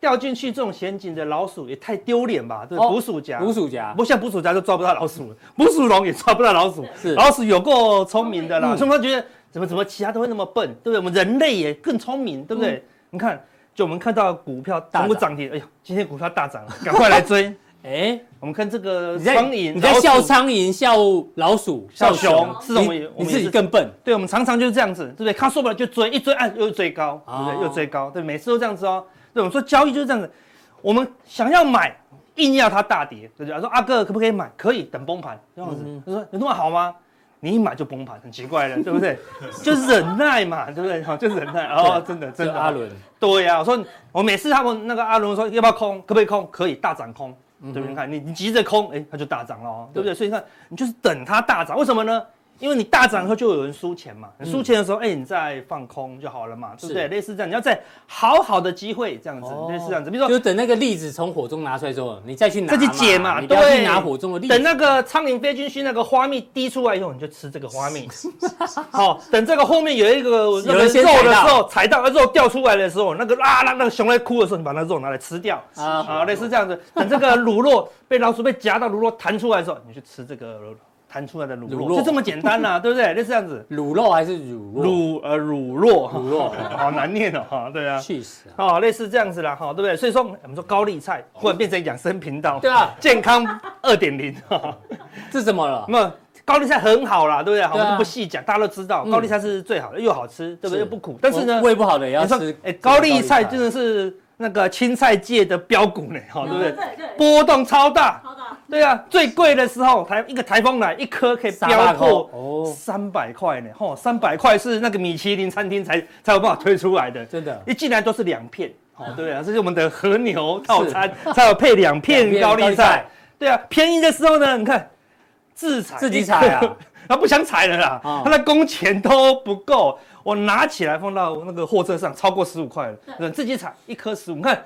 掉进去这种陷阱的老鼠也太丢脸吧？对，
哦
捕鼠夹，
捕鼠夹，
不像捕鼠夹就抓不到老鼠了，捕鼠笼也抓不到老鼠，
是
老鼠有够聪明的啦，所以我觉得怎么怎么其他都会那么笨，对不对？我们人类也更聪明，对不对？你看，就我们看到股票
嗯大
全部
涨
涨停，哎呦，今天股票大涨了，赶快来追。
哎，
我们看这个
你在
苍蝇，
你在
老鼠
笑苍蝇，笑老鼠，
笑
熊
是我们
你
我
你
们
自
也
己
是
更笨，
对，我们常常就是这样子，对不对？看受不了就追，一追按又追高，对不
哦
对？又追高，对，每次都这样子哦。对，我们说交易就是这样子，我们想要买，硬要它大跌，对不对？他说阿哥可不可以买？可以，等崩盘这样子。
嗯
他说有那么好吗？你一买就崩盘，很奇怪的，对不对？ 就忍耐嘛，对不对？好，就忍耐哦，真的真
这
的。
阿伦
对呀、我说我每次他们那个阿伦说要不要空，可不可以空？可以大涨空，对不对？你看你你急着空，哎、它就大涨了哦，对不对？所以你看你就是等它大涨，为什么呢？因为你大涨以后就有人输钱嘛，你输钱的时候，哎、你再放空就好了嘛，对不对？
是
类似这样，你要在好好的机会这样子，类似这样子，比如说
就等那个栗子从火中拿出来之后，你再去拿，
再去啊解嘛
你不要去
对
拿火中的栗子。
等那个苍蝇飞进去，那个花蜜滴出来以后，你就吃这个花 蜜。好，等这个后面有一个那
有
个
人先
肉的
踩
时
到
候，踩到那肉掉出来的时候，那个啊，那那个熊在哭的时候，你把那肉拿来吃掉
啊
啊，类似这样子。等这个乳酪被老鼠被夹到乳酪弹出来的时候，你去吃这个弹出来的乳
乳
酪，
酪
就这么简单呐，对不对？类似这样子，
乳酪还是乳酪？
乳呃乳酪，
乳酪
好难念哦，哈，对啊。
cheese 啊，
哦，类似这样子啦，哈，对不对？所以说，我们说高丽菜忽然变成养生频道，
对啊
健康二点零，
这怎么了？
那么高丽菜很好啦，对不对？好，
对啊
我们不细讲，大家都知道，
嗯
高丽菜是最好的，又好吃，对不对？又不苦。 但是呢，
胃不好的也要
你说
吃。
哎，高丽菜真的是那个青菜界的标股呢，哈，对不对？
对啊对，
波动超大，
好的，
对啊，最贵的时候台一个台风来，一颗可以
沙拉
飙
扣
破
哦，
三百块呢，吼，三百块是那个米其林餐厅才才有办法推出来的，
真的
一进来都是两片，哦，
嗯
对啊，这是我们的和牛套餐，才有配两
两片
片高
高
丽
丽
菜
菜。
对啊，便宜的时候呢，你看自采
自 己采啊
一颗，他不想采了啦
哦，
他的工钱都不够，我拿起来放到那个货车上，超过十五块了，
嗯
对自己采一颗十五，你看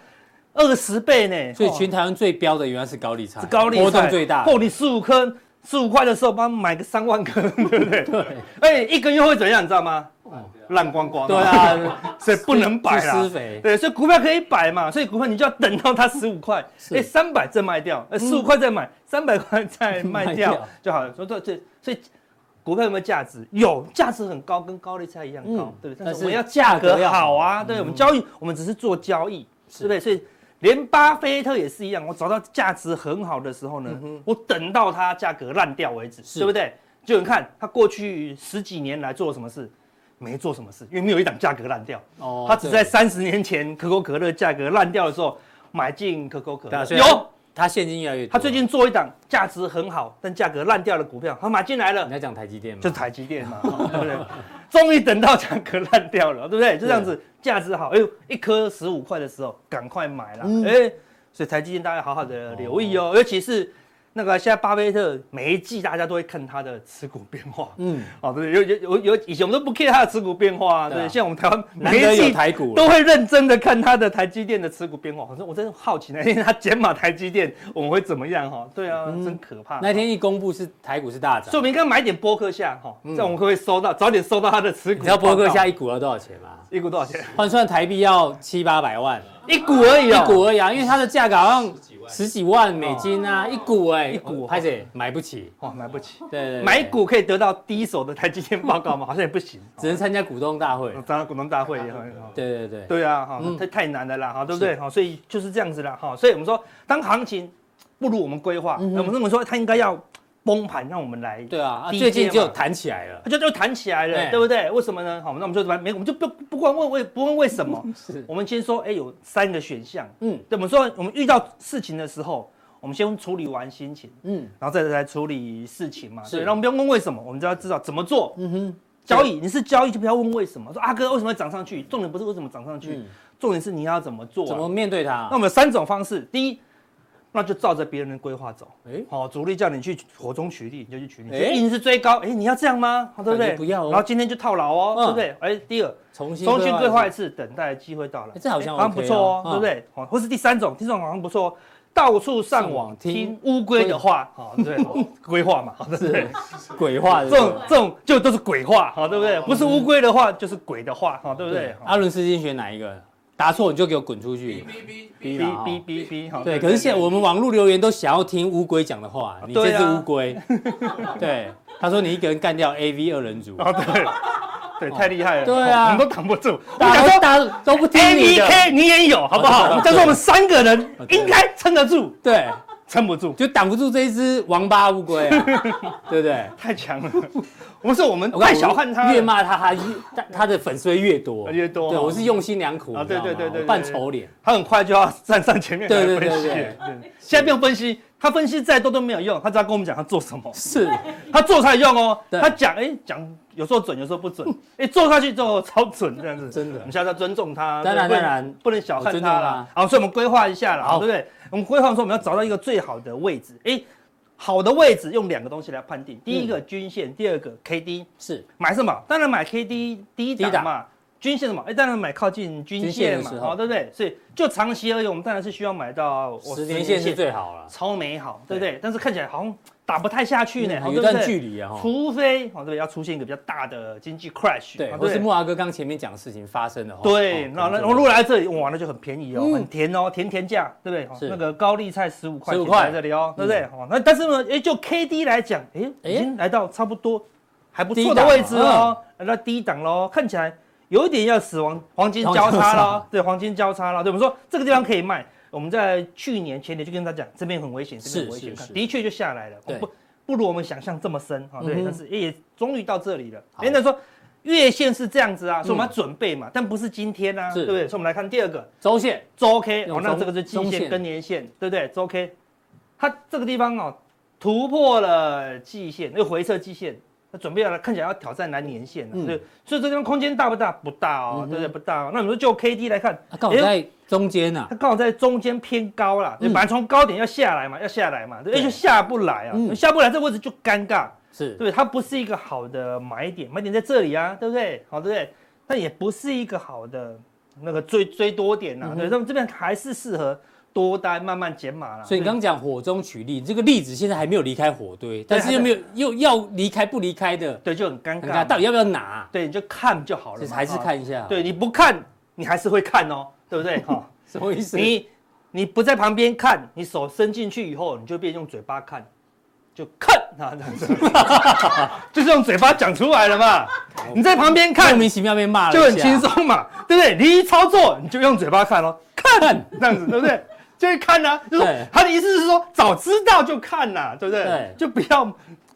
二十倍呢，
所以
哦
全台湾最标的原来是高丽菜，
是高丽菜
波动最大。
哦，你十五颗。十五块的时候，帮他买个三万颗，对不对？对。哎、一个月会怎样，你知道吗？烂光光。
哦对，啊，
所以 不能摆
去
啦。
施肥。
对，所以股票可以摆嘛，所以股票你就要等到 它十五块，
是嗯
哎，三百再卖掉，呃，十五块再买，三百块再卖
卖
掉
掉
就好了。所以这这所以股票有没有价值？有，价值很高，跟高利菜一样高
嗯，
对不对？
但
但
是
是我们要
价
价
格
格
要好嗯
好啊，对，我们交易我们只是做交易，对不对？所以连巴菲特也是一样，我找到价值很好的时候呢，我等到它价格烂掉为止，
嗯是
对不对？就你看他过去十几年来做了什么事，没做什么事，因为没有一档价格烂掉。
哦
他只在
对
三十年前可口可乐价格烂掉的时候买进可口可
对啊
乐，
所以
有。
他现金越来越多。
他最近做一档价值很好但价格烂掉的股票，他买进来了
你，在讲台积电吗？
就是台积电 嘛，哦对不对？终于等到价格烂掉了，对不对？就这样子，价值好，哎呦，一颗十
嗯哦
五块的时候，赶快买啦，哎，所以台积电大家好好的留意哦，尤其是。那个现在巴菲特每一季大家都会看他的持股变化，
嗯，
哦，对，有有有有，以前我们都不 care 它的持股变化、啊，
对啊
对，现在我们台湾
难
每
得
一
有
季
台股了，
都会认真的看它的台积电的持股变化。反正我真的好奇那 天它减码台积电，我们会怎么样哈？对啊，
嗯
真可怕。
那天一公布是台股是大
所以我
涨，
们应该买点波克夏哈，这样我们可不可以收到早点收到它的持股
嗯你
报告？
知道博客下一股要多少钱吗？
一股多少钱？
换算台币要七八百万，
一股而已
一
哦，
股而已啊，因为它的价格好像
十几万
十几万美金啊，一股哎，一
股
拍姐买不起，
哦，买不起。
对对对，
买股可以得到第一手的台积电报 告吗？好像也不行。
只能参加股东大会
哦，当然股东大会也很。
对对嗯对，
对啊，哈
嗯，
太太难了啦，哈，哦对不对？哈，所以就是这样子啦，哈，所以我们说，当行情不如我们规划，
嗯哼
我们这么说，它应该要崩盘，让我们来
对啊，啊
低
最近
阶
就
嘛
弹起来了，
啊就就弹起来了，
对
对不对？为什么呢？好，那我们就没，我们就不不管问为不问为什么，
是，
我们先说，哎，有三个选项。
嗯
对，我们说我们遇到事情的时候，我们先处理完心情，
嗯
然后再来处理事情嘛。
是
对，然后我们不用问为什么，我们就要知道怎么做。
嗯哼，
交易你是交易就不要问为什么，说阿哥为什么会涨上去？重点不是为什么涨上去，
嗯哦
重点是你要怎么做啊、
怎么面对它
那我？们有三种方式，第一，那就照着别人的规划走。
哎，
好、主力叫你去火中取栗，你就去取栗。
哎
哎、硬是追高，哎、你要这样吗？好对不
感
对？
觉不要哦
然后今天就套牢哦，
嗯
对不对？哎、第二，
重新
重新规划一次，等待机会到来
啊哎。这好像
哎好像
OK
不错哦，
啊
对不对？好，或是第三种，第三种好像不错哦，到处上网听乌龟的话，好，对不 对，哦规划嘛，好对不对？
鬼话的
这种这种就都是鬼话，好，对不
哦
对？不是乌龟的话，就是鬼的话，哦好，对不对？
阿伦斯基选哪一个？答错你就给我滚出去。
哔
哔
哔
哔
啦哈
哔哔哔，好，
对，可是现在我们网络留言都想要听乌龟讲的话，你这
对
只
啊
乌龟，对，他说你一个人干掉 AV 二人组，
啊，对， 对，太厉害了，
对
我
啊
们都挡不住。我
大
想
家
说
都大家都不听
A
你
B
的，啊
K 你也有，好不好？我们再说我们三个人应该撑得住，
对，
撑不住，
就挡不住这一只王八乌龟啊， 对不对？
太强 了。我们说我们
我跟
太
你讲
小看他了，
越骂他，他越他他的粉丝会越多，
越多
对，
哦
我是用心良苦，
啊
你知道吗
对对对对
我扮丑脸，
他很快就要站上前面来
对对
分
对
析。
对
对现在不用分析，他分析再多都没有用，他只要跟我们讲他做什 么，
是，
他做才有用哦。
对
他讲哎讲有时候准，有时候不准，哎做下去之后超准这样子。
真的
我们下次要尊重他，
当然
啊对不
当
能
然
不能小
我
看
尊重
他
他
啦。好，所以我们规划一下啦，
好
对不对？我们规划说我们要找到一个最好的位置，哎，好的位置用两个东西来判
嗯
定，第一个均线，第二个 K D，
是
买什么？当然买 K D 低
低档
档嘛。均线什么？哎，当然买靠近均
均线
线
的
嘛
时，候
好，对不对？所以就长期而言，我们当然是需要买到哦
十年线是最好了，
超美好，对不对？但是看起来好像打不太下去呢，好
嗯有一
对不
段
对
距离啊，哈
除非哦，对，要出现一个比较大的经济 crash，
对，
哦
或是木华哥刚前面讲的事情发生的话，
对，
哦
然后那
可能就
我如果来这里，哇，那就很便宜哦，
嗯
很甜哦，甜甜价，对不对？哦
是
那个高丽菜十五块，
15
钱
块嗯
在这里哦，对不对？哦，那但是呢，哎，就 K D 来讲，哎，
哎
已经来到差不多还不
低
错
档
的
了嗯
位置哦，来到低档喽，看起来有一点要死亡黄金交叉
交
喽，对，黄金交叉了，对，我们说这个地方可以卖。我们在去年前年就跟他讲，这边很危险，这边
是
很危险，
是
看
是
的确就下来了，哦
对
不不如我们想象这么深啊，
嗯哼
对，但是也终于到这里了。
好
哎，那说月线是这样子啊，所以我们要准备嘛，但不是今天啊，
嗯是
对不对？所以我们来看第二个
周线
周 K，
用
哦，那
中
这个是季
中线
线跟年线，对不对？周 K，它这个地方哦，突破了季线，又回撤季线，那准备要来看起来要挑战来年线了，
嗯
对不对。所以这地方空间大不大？不大哦，
嗯哼
对不对？不大哦。那我们说就 K D 来看，
啊刚好在中间啊呐
它，刚好在中间偏高啦，对
嗯
本来从高点要下来嘛，要下来嘛，对，
对
哎就下不来
嗯
啊，下不来这个位置就尴尬。
是
对，它不是一个好的买点，买点在这里啊，对不对？好，对不对？但也不是一个好的那个追追多点呐、
嗯
啊，
哼
对，那么这边还是适合多单慢慢减码啦。
所以你刚刚讲火中取栗，这个栗子现在还没有离开火堆，但是
还
又
在
没有又要离开不离开的，
对对就很尴
你
尬
看，到底要不要拿？
对，你就看就好了
就
嘛，
是还是
啊，
看一下，，
对，你不看你还是会看哦，对不对？哈、
什么意思？
你你不在旁边看，你手伸进去以后，你就变用嘴巴看，就看啊这样子， 就是用嘴巴讲出来了嘛。你在旁边
莫
看，
名其妙被骂了，
就很轻，松嘛，对不对？你一操作，你就用嘴巴看咯，看这样子，对不对？就会看呐、啊就是说
对
他的意思是说，早知道就看呐、对不对？
对
就不要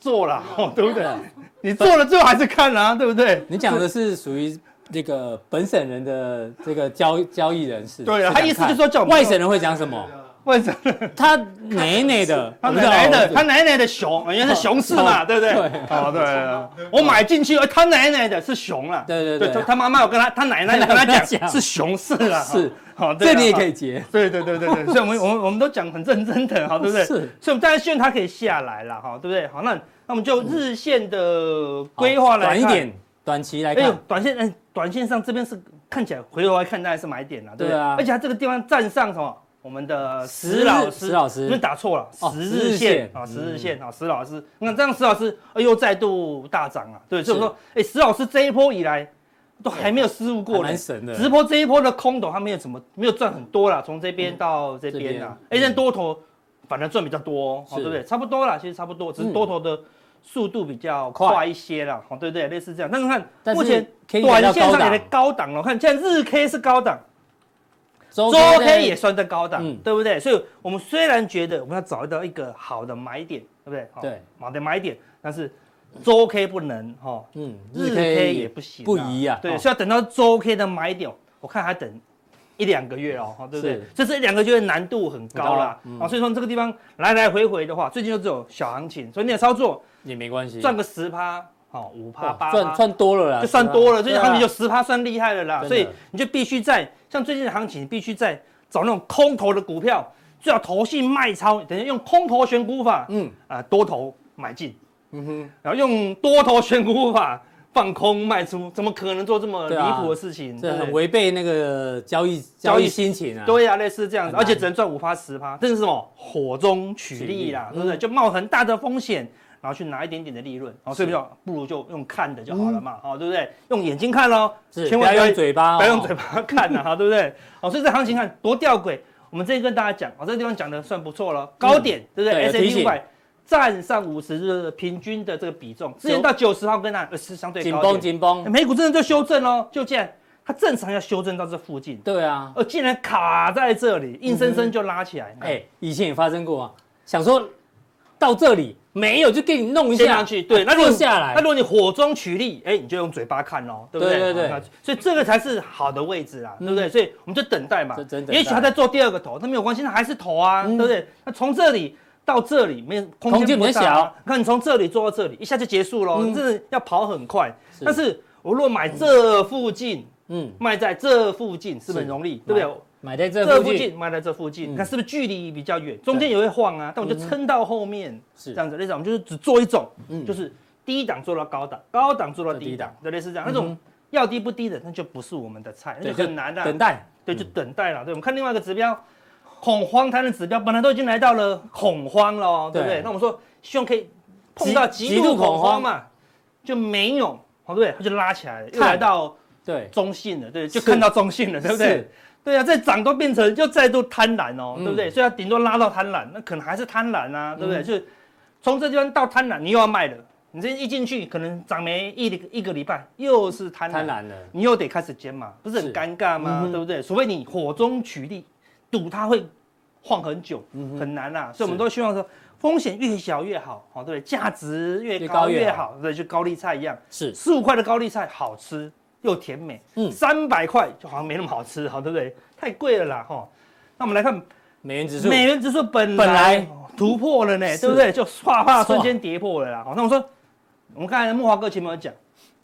做了，哦，对不对
对？
你做了最后还是看啊，对不对？
你讲的是属于这个本省人的这个交交易人士，
对啊
是这样看
他意思就是说叫我们
啊
外省人会讲什么？
为什么？
他奶奶的，
他
我不知
奶
道
奶的，
我
他奶奶的熊，原来是熊市嘛，对不对？哦，对对，对我买进去，哎他奶奶的是熊了，
对对对啊
他他妈妈有跟他，他奶奶有跟他
他奶奶
讲
讲
是熊市了，
是，
好，对啊
这你也可以，截，
对对对对对，所以我们我们我们都讲很认真的，哦好，对不对？
是
所以我们当然希望它可以下来了，哈，对不对？好，那那我们就日线的
嗯好
规划来
短一
看，
点，短期来
哎呦
看，，
短线，嗯，短线上这边是看起来回头来看，当然是买点啦，对不对？
对啊
而且它这个地方站上什么？我们的
十
石
日
老师，
石老
是
师
不是打错了？
哦
十日线啊，
十
十
日线
日线啊，石老师，那这样石老师哎又再度大涨了，对，所以我说，哎，石老师这一波以来都还没有失误
还
过呢
蛮。神的，
直播这一波的空头，它没有怎么没有赚很多啦，从这边到这边啦，
嗯这
哎，
边
但多头反而赚比较多哦，
是
哦
嗯
对不对？差不多啦，其实差不多，只是多头的速度比较快
快
一些啦，哦，对不对？类似这样，但是看
但是
目前
K 比较
短线
高
上
档
也的高档了，我看现在日 K 是高档。
周
周 K
呢
也算在高档，
嗯
对不对？所以我们虽然觉得我们要找到一个好的买点，对不对？好
对，
好的买点，但是周 K 不能哈，哦
嗯，
日
日
K
K
也
也
不行啊，
不宜啊，
对，
哦
所以要等到周 K 的买点，我看还等一两个月哦，哦对不对
是？
这这一两个月难度很高啦，
很高嗯
啊，所以说这个地方来来回回的话，最近就只有小行情，所以你的操作
也没关系，
赚个十趴，好五趴
哇
八
赚
趴，
赚多了啦，
就算多了，最
对
近
啊
行情就十趴算厉害了啦，
真的
所以你就必须在像最近的行情，你必须在找那种空头的股票，最好投信卖超，等于用空头选股法，嗯
嗯
啊、多头买进，嗯哼，然后用多头选股法放空卖出，怎么可能做这么离
对啊
谱的事情？
这
对不对
很违背那个交易
交
交
易
易心情啊，
对呀、类似这样子，
很难
而且只能赚五趴十趴，这是什么火中取栗啦，
取
对不对？就冒很大的风险，然后去拿一点点的利润，哦，所以比较不如就用看的就好了嘛，哦，对不对？用眼睛看喽，
嗯是，
千
不
万不
要
要
用嘴巴哦，
不要用嘴巴看呐，哈，对不对？哦，所以这行情看多吊诡。我们之前跟大家讲，哦，这地方讲的算不错了，高点对不对
嗯对
？S
有
M
提
P 五
醒
百站上五十日平均的这个比重，之前到九十号跟那呃是相对
紧
高
绷
点，
紧绷
哎，美股真的就修正喽，就这样，它正常要修正到这附近，
对啊，
呃，竟然卡在这里，硬生生就拉起来，哎，
嗯哎，以前也发生过啊，想说到这里没有就给你弄一
接
下啊
上去，对，那如
坐
果
下
哎那如果
来，
你火中取栗，哎，你就用嘴巴看喽，对不对？
对对对
啊所以这个才是好的位置啦，对不对？所以我们就等待嘛
这真，等待
也许他在做第二个头，那没有关系，那还是头啊，对不对？那从这里。到这里没有空
空
间
间
不
比较
大啊
小，嗯
你看你从这里做到这里，一下就结束喽，你真的要跑很快。
是
但是我如果买这附近，
嗯，
卖在这附近，是不是很容易？对不对？
买在这
这
附
附
近
近卖在这附近，
嗯
你看是不是距离比较远？中间也会晃啊，但我就撑到后面，
是
这样子。类似我们就是只做一种，
嗯
就是低档做到高档，高档做到低
低
档
档，
对，类似这样。那
嗯
种要低不低的，那就不是我们的菜，那
对
就嗯很难
等
的。
待，
对，就等待了。对，我们看另外一个指标，恐慌它的指标本来都已经来到了恐慌了哦，对不对？
对
那我们说希望可以碰到
极
极度
极度恐
恐慌
慌
嘛，就没有，哦，对不对？它就拉起来了，又
看
来到
对，
中性了，对，就是看到中性了，对不对？
是？
对啊，再涨都变成就再度贪婪哦，
嗯
对不对？所以它顶多拉到贪婪，那可能还是贪婪啊，对不对？就是从这地方到贪婪，你又要卖了，你这一进去可能涨没一个一个礼拜，又是贪婪，
贪婪了，
你又得开始减码，不是很
是
尴尬吗？
嗯哼
对不对？除非你火中取栗，赌它会晃很久，
嗯
很难啦、所以我们都希望说。风险越小越好，哦，对不对？价值越
越
高
高越
越
好
好，对，就高丽菜一样，
是
十五块的高丽菜好吃又甜美，嗯，
嗯
三百块就好像没那么好吃，好对不对？太贵了啦哈。那我们来看
美元指数，
美元指数本
本
来
来
突破了呢，
是
对不对？就唰啪瞬间跌破了啦。好，那我说，我们刚才木华哥前面有讲，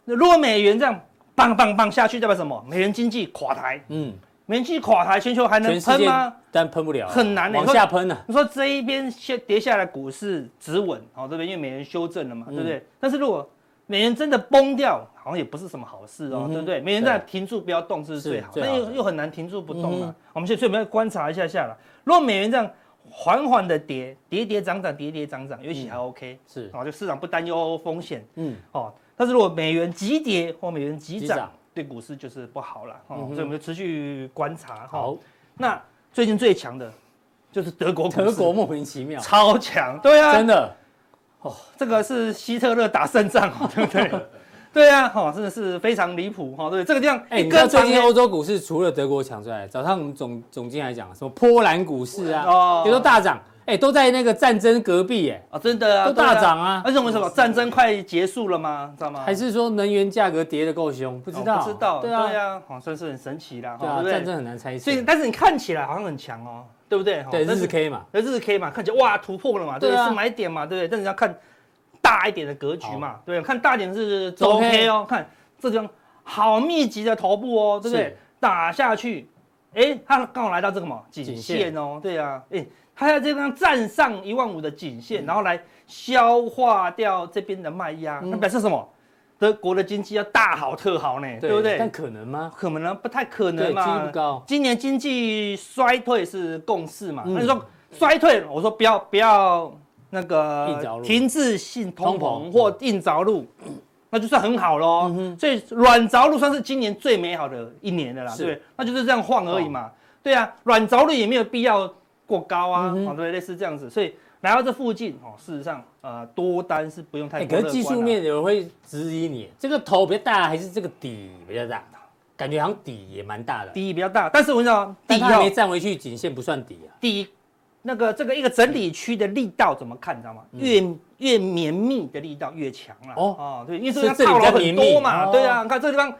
那如果美元这样棒棒棒下去，代表什么？美元经济垮台，
嗯，
美元经济垮台，全球还能
全世
喷
界
吗？
但喷不了，
很难欸
往下喷啊，
你说这一边先跌下来，股市止稳，好、对不对？因为美元修正了嘛，对不
嗯
对？但是如果美元真的崩掉，好像也不是什么好事哦，
嗯哼
对不对？美元在停住不要动是最好，
是最
但
好的
又又很难停住不动
嗯
啊
哼。
我们现在所以我们要观察一下下了。如果美元这样缓缓的跌，跌跌涨涨，跌跌涨涨，也许
嗯
还 OK，哦
是，
好、就市场不担忧风险
嗯，
哦。但是如果美元急跌或美元急
急
涨
涨，
对股市就是不好了哦
嗯。哼
所以我们就持续观察哈、
好，
那最近最强的就是德国股市
德国莫名其妙，
超强，对啊，
真的
这个是希特勒打胜仗哦，对不 对？对啊，哈、真的是非常离谱哈，对，这个地方
哎、
一
你知道
根
最
长
近
黑
欧洲股市除了德国强之外，早上我们总总经来讲，什么波兰股市啊，
哦
也都大涨，哎、都在那个战争隔壁、哎，
啊，真的啊，
都
对啊
大涨啊
而且我们什么战争快结束了吗？知道吗？哦
还是说能源价格跌得够凶？不
不
知道，
不知道，
对
对
啊，
啊，好，算是很神奇啦，
对
哈，
啊
对不
战
对？
争很难猜
所以，
测，
但是你看起来好像很强哦，对不对？哈
对，
但
日 K 嘛，
那这是 K 嘛，看起来哇突破了嘛，对不
对
对？
啊
是买点嘛，对不对？但是要看大一点的格局嘛，对不对？看大一点是
周
周
K
K 哦，看这地方好密集的头部哦，对不
是
对？打下去，哎，它刚好来到这个嘛
颈
颈
线
线哦，对啊，哎，它在这边站上一万五的颈
嗯
线，然后来消化掉这边的卖压，
嗯
那表示什么？德国的经济要大好特好呢，对不
但
对？
可能吗？
可能不太可
对，
能
几率
嘛
不，高。
今年经济衰退是共识嘛？
嗯
那你说衰退，我说不要不要那
硬着
个
陆
停滞性通
通膨嗯
膨或硬着陆，那就算很好喽。所以软着陆算是今年最美好的一年的啦，
是哦
对不对，那就是这样晃而已嘛。对啊，软着陆也没有必要过高啊，
嗯哼
好对，类似这样子，所以。来到这附近哦，事实上，呃，多单是不用太
哎，
过
可
乐观
是技术
啊
面有人会质疑你，这个头比较大还是这个底比较大？感觉好像底也蛮大的，
第一比较大，但是我跟你讲，第
但
一
它还
哦
没站回去，颈线不算底啊。
第一，那个这个一个整理区的力道怎么看，你知道吗？越越绵密的力道越强了。
嗯哦
哦对，因为
是
这个
这里
套牢
比较绵
很
密
多嘛，
哦
对啊，你看这个地方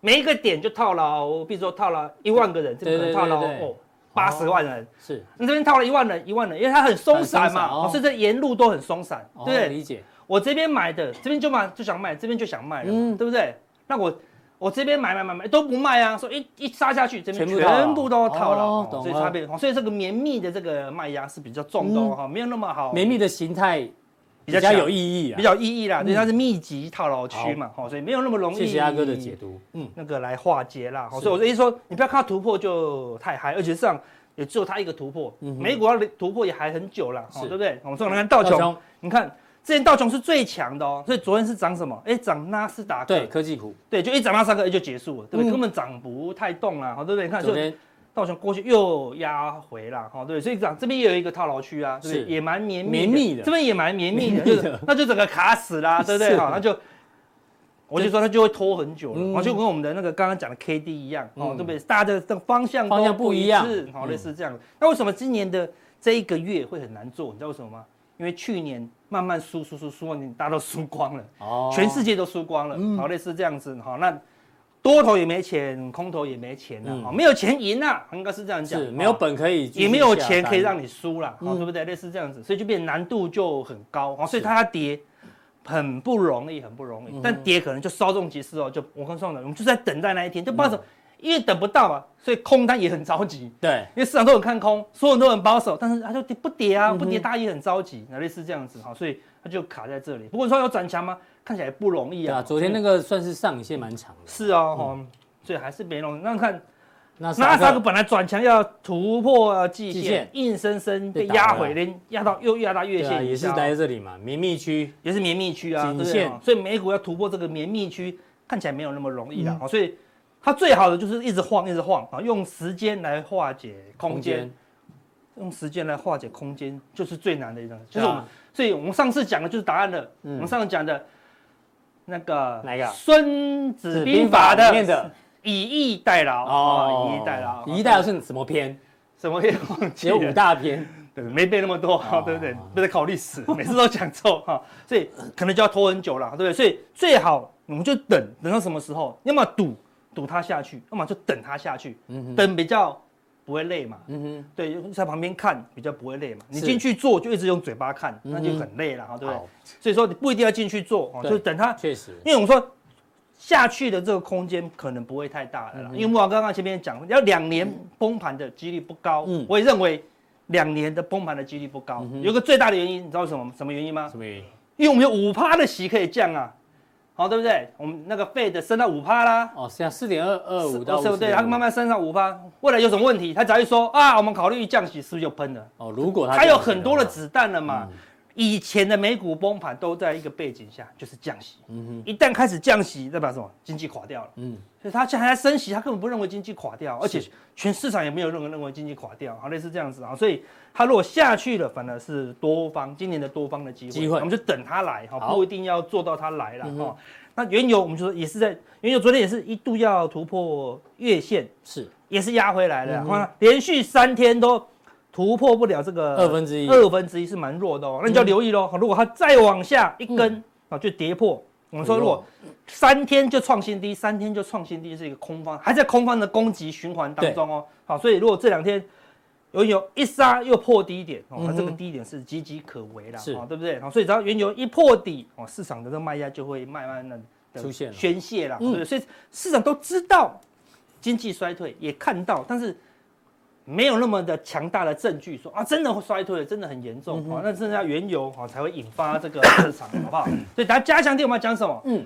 每一个点就套牢，比如说套牢一万个人，这
对
边可能
对
套牢
对对
哦八十万人，
是，
你这边套了一万人，一万人，因为它很松散
很松散
嘛，
哦
哦所以这沿路都很松散，对
哦
不对？
理解。
我这边买的，这边就买就想卖，这边就想卖了嘛，
嗯
对不对？那我我这边买买买买都不卖啊，所以一一杀下去，这边
全部套牢
全部都套牢，
哦
哦
懂
所以
了嗯
差别，哦所以这个绵密的这个卖压是比较重的哦哈、没有那么好，
绵密的形态
比
比
较
较
强
有意义啊
比。较意义啦，对，它是密集套牢区嘛，哦，所以没有那么容易。
谢谢阿哥的解读，嗯，
那个来化解啦。
是
所以我的意思说，你不要看它突破就太嗨，而且事实上也只有它一个突破，
嗯哼
美股要突破也还很久啦，
是
哦对不对？我们说我们看道琼，你看之前道琼是最强的哦，所以昨天是涨什么？哎，涨纳斯达克，
对科技股，
对就一涨纳斯达克哎就结束了，对不
嗯
对？根本涨不太动啦，好，哦对不对？你看，
昨
所以
天
道琼过去又压回啦，好，对不对，所以涨这边也有一个套牢区啊，对不
是
对？也蛮绵密，
绵密的
这边也蛮绵密的，
绵密
就
的
是 那就整个卡死 啦，对不
是
对？好，那就。我就说它就会拖很久了，
嗯
哦，就跟我们的那个刚刚讲的 K D 一样，哦
嗯，
对不对？大家的这个方向都
方向不一样
致好，
嗯
类似这样。那为什么今年的这一个月会很难做？你知道为什么吗？因为去年慢慢输输输输，大家都输光了，
哦
全世界都输光了，
嗯
好类似这样子，好那多头也没钱，空头也没钱了，
嗯
好没有钱赢啊，应该是这样讲，
是
好
没有本可以继续
也没有
下
钱
单
可以让你输啦，好
嗯
对不对？类似这样子，所以就变难度就很高，好所以它要跌很不容易，很不容易，
嗯
但跌可能就稍纵即逝哦，就我跟宋总，我们就在等待那一天，就不知道
嗯
怎么，因为等不到嘛，所以空单也很着急。
对
因为市场都很看空，所有人都很保守，但是它就跌不跌啊，
嗯哼
不跌大家也很着急，那类似这样子哈，所以它就卡在这里。不过你说要转强吗？看起来不容易
对
啊。
啊，昨天那个算是上影线蛮长的，
是哦，吼所以还是没弄。那你看
那
纳
萨
斯达克
克
本来转强要突破季
季线
线，硬生生被
被打
压
回
回，
来
连压到又压到月
对啊
线
也
以
是
下哦，
待在这里嘛，绵密区
也是绵密区啊，
颈
对不对
线
哦？所以美股要突破这个绵密区，看起来没有那么容易啦。
嗯
哦所以它最好的就是一直晃，一直晃啊，用时间来化解空间。用时间来化解空间，就是最难的一个，就是我们，所以我们上次讲的就是答案了。
啊嗯
我们上次讲的那个
哪一个
孙
子
子
兵
兵
法
法
里
的
面的
以逸待劳哦，以逸待劳，
以逸待劳是什么 篇？
什么也忘记
有五
了，
大篇，
对，没背那么多，
哦
对不对？不在考历 史，每次都讲错哈，所以可能就要拖很久了，对不对？所以最好我们就等，等到什么时候，要么赌赌它下去，要么就等它下去，
嗯哼，
等比较不会累嘛，
嗯哼，
对，就在旁边看比较不会累嘛。你
是
进去做就一直用嘴巴看，那就
嗯哼
很累了哈，对不对
好？，
所以说你不一定要进去做哦，
对
就等它，
确实
因为我们说下去的这个空间可能不会太大了啦
嗯。哼
因为我刚刚前面讲，要两年崩盘的几率不高
嗯，
我也认为两年的崩盘的几率不高
嗯哼。
有一个最大的原因，你知道是什么什么原因吗
什？么原因？
因为我们有五趴的息可以降啊，好，对不对？我们那个费的升到五趴啦，
哦，现在四点二二五
哦
到
是不
五，
是对，它慢慢升上五趴，未来有什么问题，它只要一说啊，我们考虑降息，是不是就喷了？
哦，如果它
它
这
有
样子
很多的
话，
子弹了
嗯
嘛。以前的美股崩盘都在一个背景下，就是降息。
嗯哼，
一旦开始降息，代表什么？经济垮掉了。
嗯，
所以它现在还在升息，它根本不认为经济垮掉，而且全市场也没有任何认为经济垮掉，好类似这样子啊。所以它如果下去了，反而是多方今年的多方的机会，
机会
我们就等它来哈，
好
不一定要做到它来了
嗯哼
哈。那原油我们就说也是在原油昨天也是一度要突破月线，
是
也是压回来了
嗯
啊，
哼
哇连续三天都突破不了这个
二分之一
呃二分之一是蛮弱的哦。
嗯
那你就要留意喽，如果它再往下一根啊，就跌破。我们说，如果三天就创新低，三天就创新低，是一个空方，还在空方的攻击循环当中哦。好，所以如果这两天原油一杀又破低点哦，那、
嗯
这个
哼
低点是岌岌可危啦，
是
哦，对不对？哦，所以只要原油一破底哦，市场的这个卖压就会慢慢的
出现了
宣泄啦，
嗯
对不对？所以市场都知道经济衰退，也看到，但是没有那么的强大的证据说啊，真的会衰退了，真的很严重啊、哦那剩下原油啊、哦、才会引发这个市场，好不好？所以大家加强点，我们要讲什么？
嗯，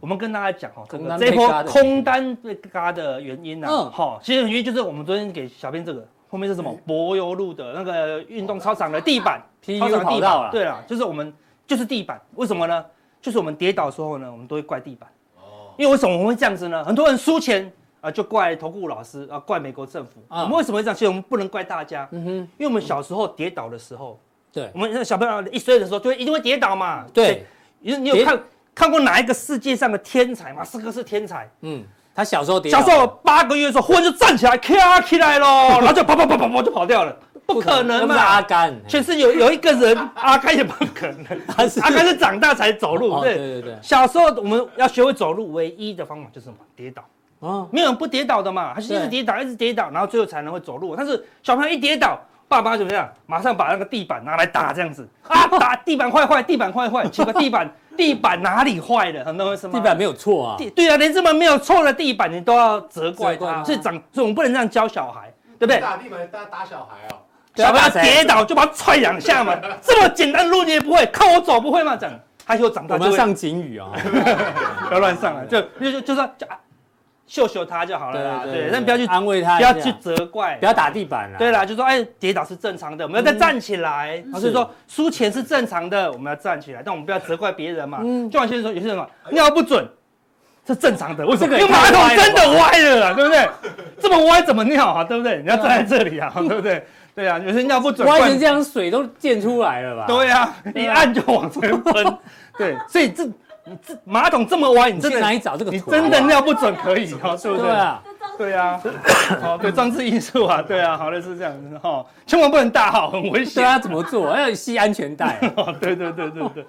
我们跟大家讲哈，这
空
个
单
这一
被
波
嘎的
空单被嘎的原因呢、啊
嗯，
好、其实原因就是我们昨天给小编这个后面是什么柏油路的那个运动操场的地板，
PU
操场的
跑
地
道啦
板，对啦，就是我们就是地板，为什么呢？就是我们跌倒的时候呢，我们都会怪地板，
哦
因为为什么我们会这样子呢？很多人输钱啊、就怪投顾老师啊、怪美国政府，
啊
我们为什么会这样？其实我们不能怪大家，
嗯哼，
因为我们小时候跌倒的时候，
对
我们那小朋友一岁的时候就会一定会跌倒嘛，
对，
你你有
别
看看过哪一个世界上的天才吗？四哥是天才，
嗯，他小时候跌倒
小时候八个月的时候，忽然就站起来，咔起来 咯，然后就跑跑跑跑跑就跑掉了，不可能
那是阿
嘛！
甘，
全是有有一个人，阿甘也不可能，
他是
阿甘是长大才走路，
哦
对
对对对
小时候我们要学会走路，唯一的方法就是什么？跌倒。
啊，
没有人不跌倒的嘛，他是一直
对
跌倒，一直跌倒，然后最后才能会走路。但是小朋友一跌倒，爸爸怎么样？马上把那个地板拿来打，这样子 啊，打地板坏坏，地板坏坏，奇怪，地板地板哪里坏了？很多人什么
地板没有错啊，
地对啊，连这么没有错的地板你都要责怪
责怪
他，
他
所以长，所以我们不能这样教小孩，对不对？
打地板打打小孩哦，
小朋友
对啊打谁
跌倒就把他踹两下 嘛，这么简单的路你也不会，看我走不会吗？这样，他以后长
我
大
们
就
要
会
上警语啊，
不要乱上来，就就就就说就啊秀秀他就好了啦，对，但不要去
安慰他一
不
下，
要去责怪，
不要打地板啦，
对啦，就说哎，跌倒是正常的，我们
嗯
要再站起来。他是说输钱是正常的，我们要站起来，但我们
哎
不要责怪别人嘛。
嗯
就像先说，有些人嘛尿不准是正常的，为什么？
这个也
因为马
太
桶
歪了
真的歪了啊啦，对不对？这么歪怎么尿啊？对不对？你要站在这里啊， 对不对？对啊，有些尿不准，
歪
不然
成这样水都溅出来了吧？
对啊，一按就往前 喷。对，所以这你这马桶这么歪，你
你
真
去哪
的
里找这个
你
图啊？
真的尿不准可以啊，对不
对
对？
啊，
这张
对啊，哦，对，装置艺术啊，对啊，好类似这样子哈、哦，千万不能大号，很危
对
险。
啊，怎么做？要系安 全带啊，
哦，对对对对对，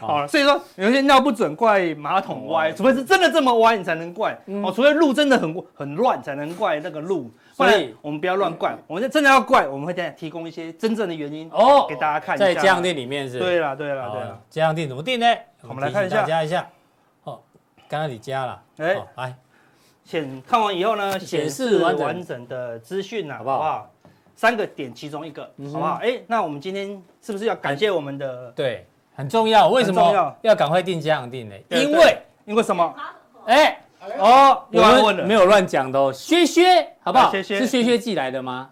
好了，所以说有些尿不准怪马桶
哦
歪，除非是真的这么歪，你才能怪、
嗯
哦，除非路真的很很乱，才能怪那个路，不
所
然
以
我们不要乱怪，我们真的要怪，我们会再提供一些真正的原因
哦
给大家看一下。
在家用店里面是。
对啦对啦
好啊
对啦，，
家用店怎么定呢？
我们来看一下
提醒大家一下。哦，刚刚你加了，
哎
哦来，
显看完以后呢，
显
显
示
示
完整
完整的资讯啊，
好嗯
好不
不好
好？三个点其中一个，好不好？哎，那我们今天是不是要感谢我们的？
对，很重要。为什
很重要
么要赶快定家用店呢？
对
因为，
因为什么？
哎，
哦，又
我
要问
们
了，
没有乱讲的哦，薛薛，好不好？
啊薛嗯薛
是薛薛寄来的吗？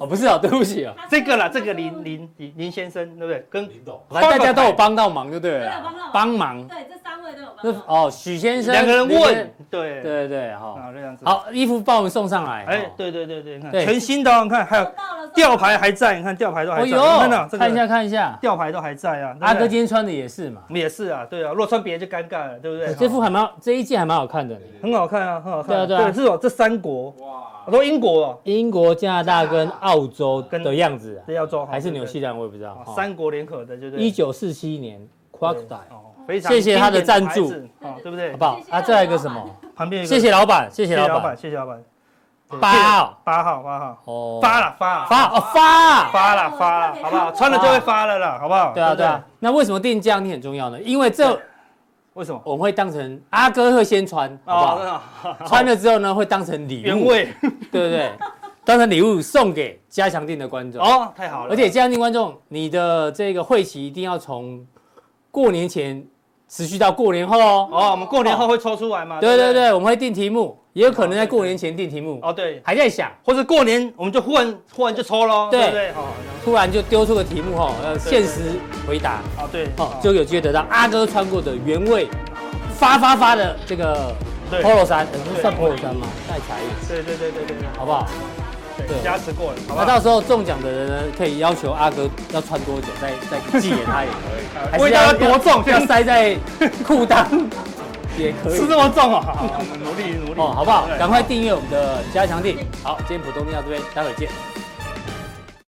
哦，不
是
是哦，对不起哦，
这个啦，这个林林林林先生，对不对？跟
林董，
反正大家都有帮到忙就对了
都有啊帮到
啦
忙，
帮忙。
对，这三位都有帮
那
忙。
哦，许先生
两个人
林先
问，对
对对对，哈，
啊，这样子。，
好，衣服帮我们送上来。
哎
哦，
对对对对，你看
对
全新的哦，你看还有
到了
吊牌还在，你看吊牌都还在，啊
哎
你看到
呦，
这
看一
个
下看一下，
吊牌都还在啊。对不对
阿哥今天穿的也是嘛
我，们也是啊，对啊，若穿别的就尴尬了，对不对？哦
这副还蛮好这一件还蛮好看的。
很好看啊，很好看啊。
对啊对啊
这种这三国，
哇
我，说英国哦
英国、加拿大跟澳洲的样子啊，
这要做好
还是纽
对不
西
对
兰，我也不知道哦
啊。三国联合的，对不对？
一九四七年 Crocodile，
哦，非常
谢谢他的赞
经
助
典的牌子哦，对不对
好不？好
谢？谢
啊，再来一个什么？
旁边有一个
谢谢老板，谢
谢
谢
谢
老
老
板
板，。谢谢老板。对
八号
八号八号
哦，
发了发了
发哦发，
发了发了，好不好？穿了就会发了啦，好不好？
对啊
不
对啊。那为什么定价你很重要呢？因为这
为什么？
我们会当成阿哥会先穿，好不好？
哦，真的
穿了之后呢，会当成礼
原
物，
味
对不对？当成礼物送给加强店的观众。
哦，太好了。
而且嘉定观众，你的这个会期一定要从过年前持续到过年后哦。
哦，我们过年后会抽出来嘛？
对对
不
对，我们会定题目，也有可能在过年前定题目，
哦对，
还在想，
或者过年我们就忽然忽然就抽喽，
对
对不对？哦，
突然就丢出个题目哦，要
对对
限时回答
哦对，
哦，就有机会得到阿哥穿过的原味发发发的这个
对
polo 衫，呃
对
算 polo 衫吗？带才艺，
对对对对对对，
好不好？对
对，加持过了，好不
那
好？
到时候中奖的人呢，可以要求阿哥要穿多久，再再寄给他也可以。还
味
是
道
要
要多重？这
要
样
塞在裤裆也可以
吃。这么重哦，好好，好我们努力努力
哦，好不好？
对
赶快订阅我们的加强地。好，今天浦东店到这边，待会见。
拜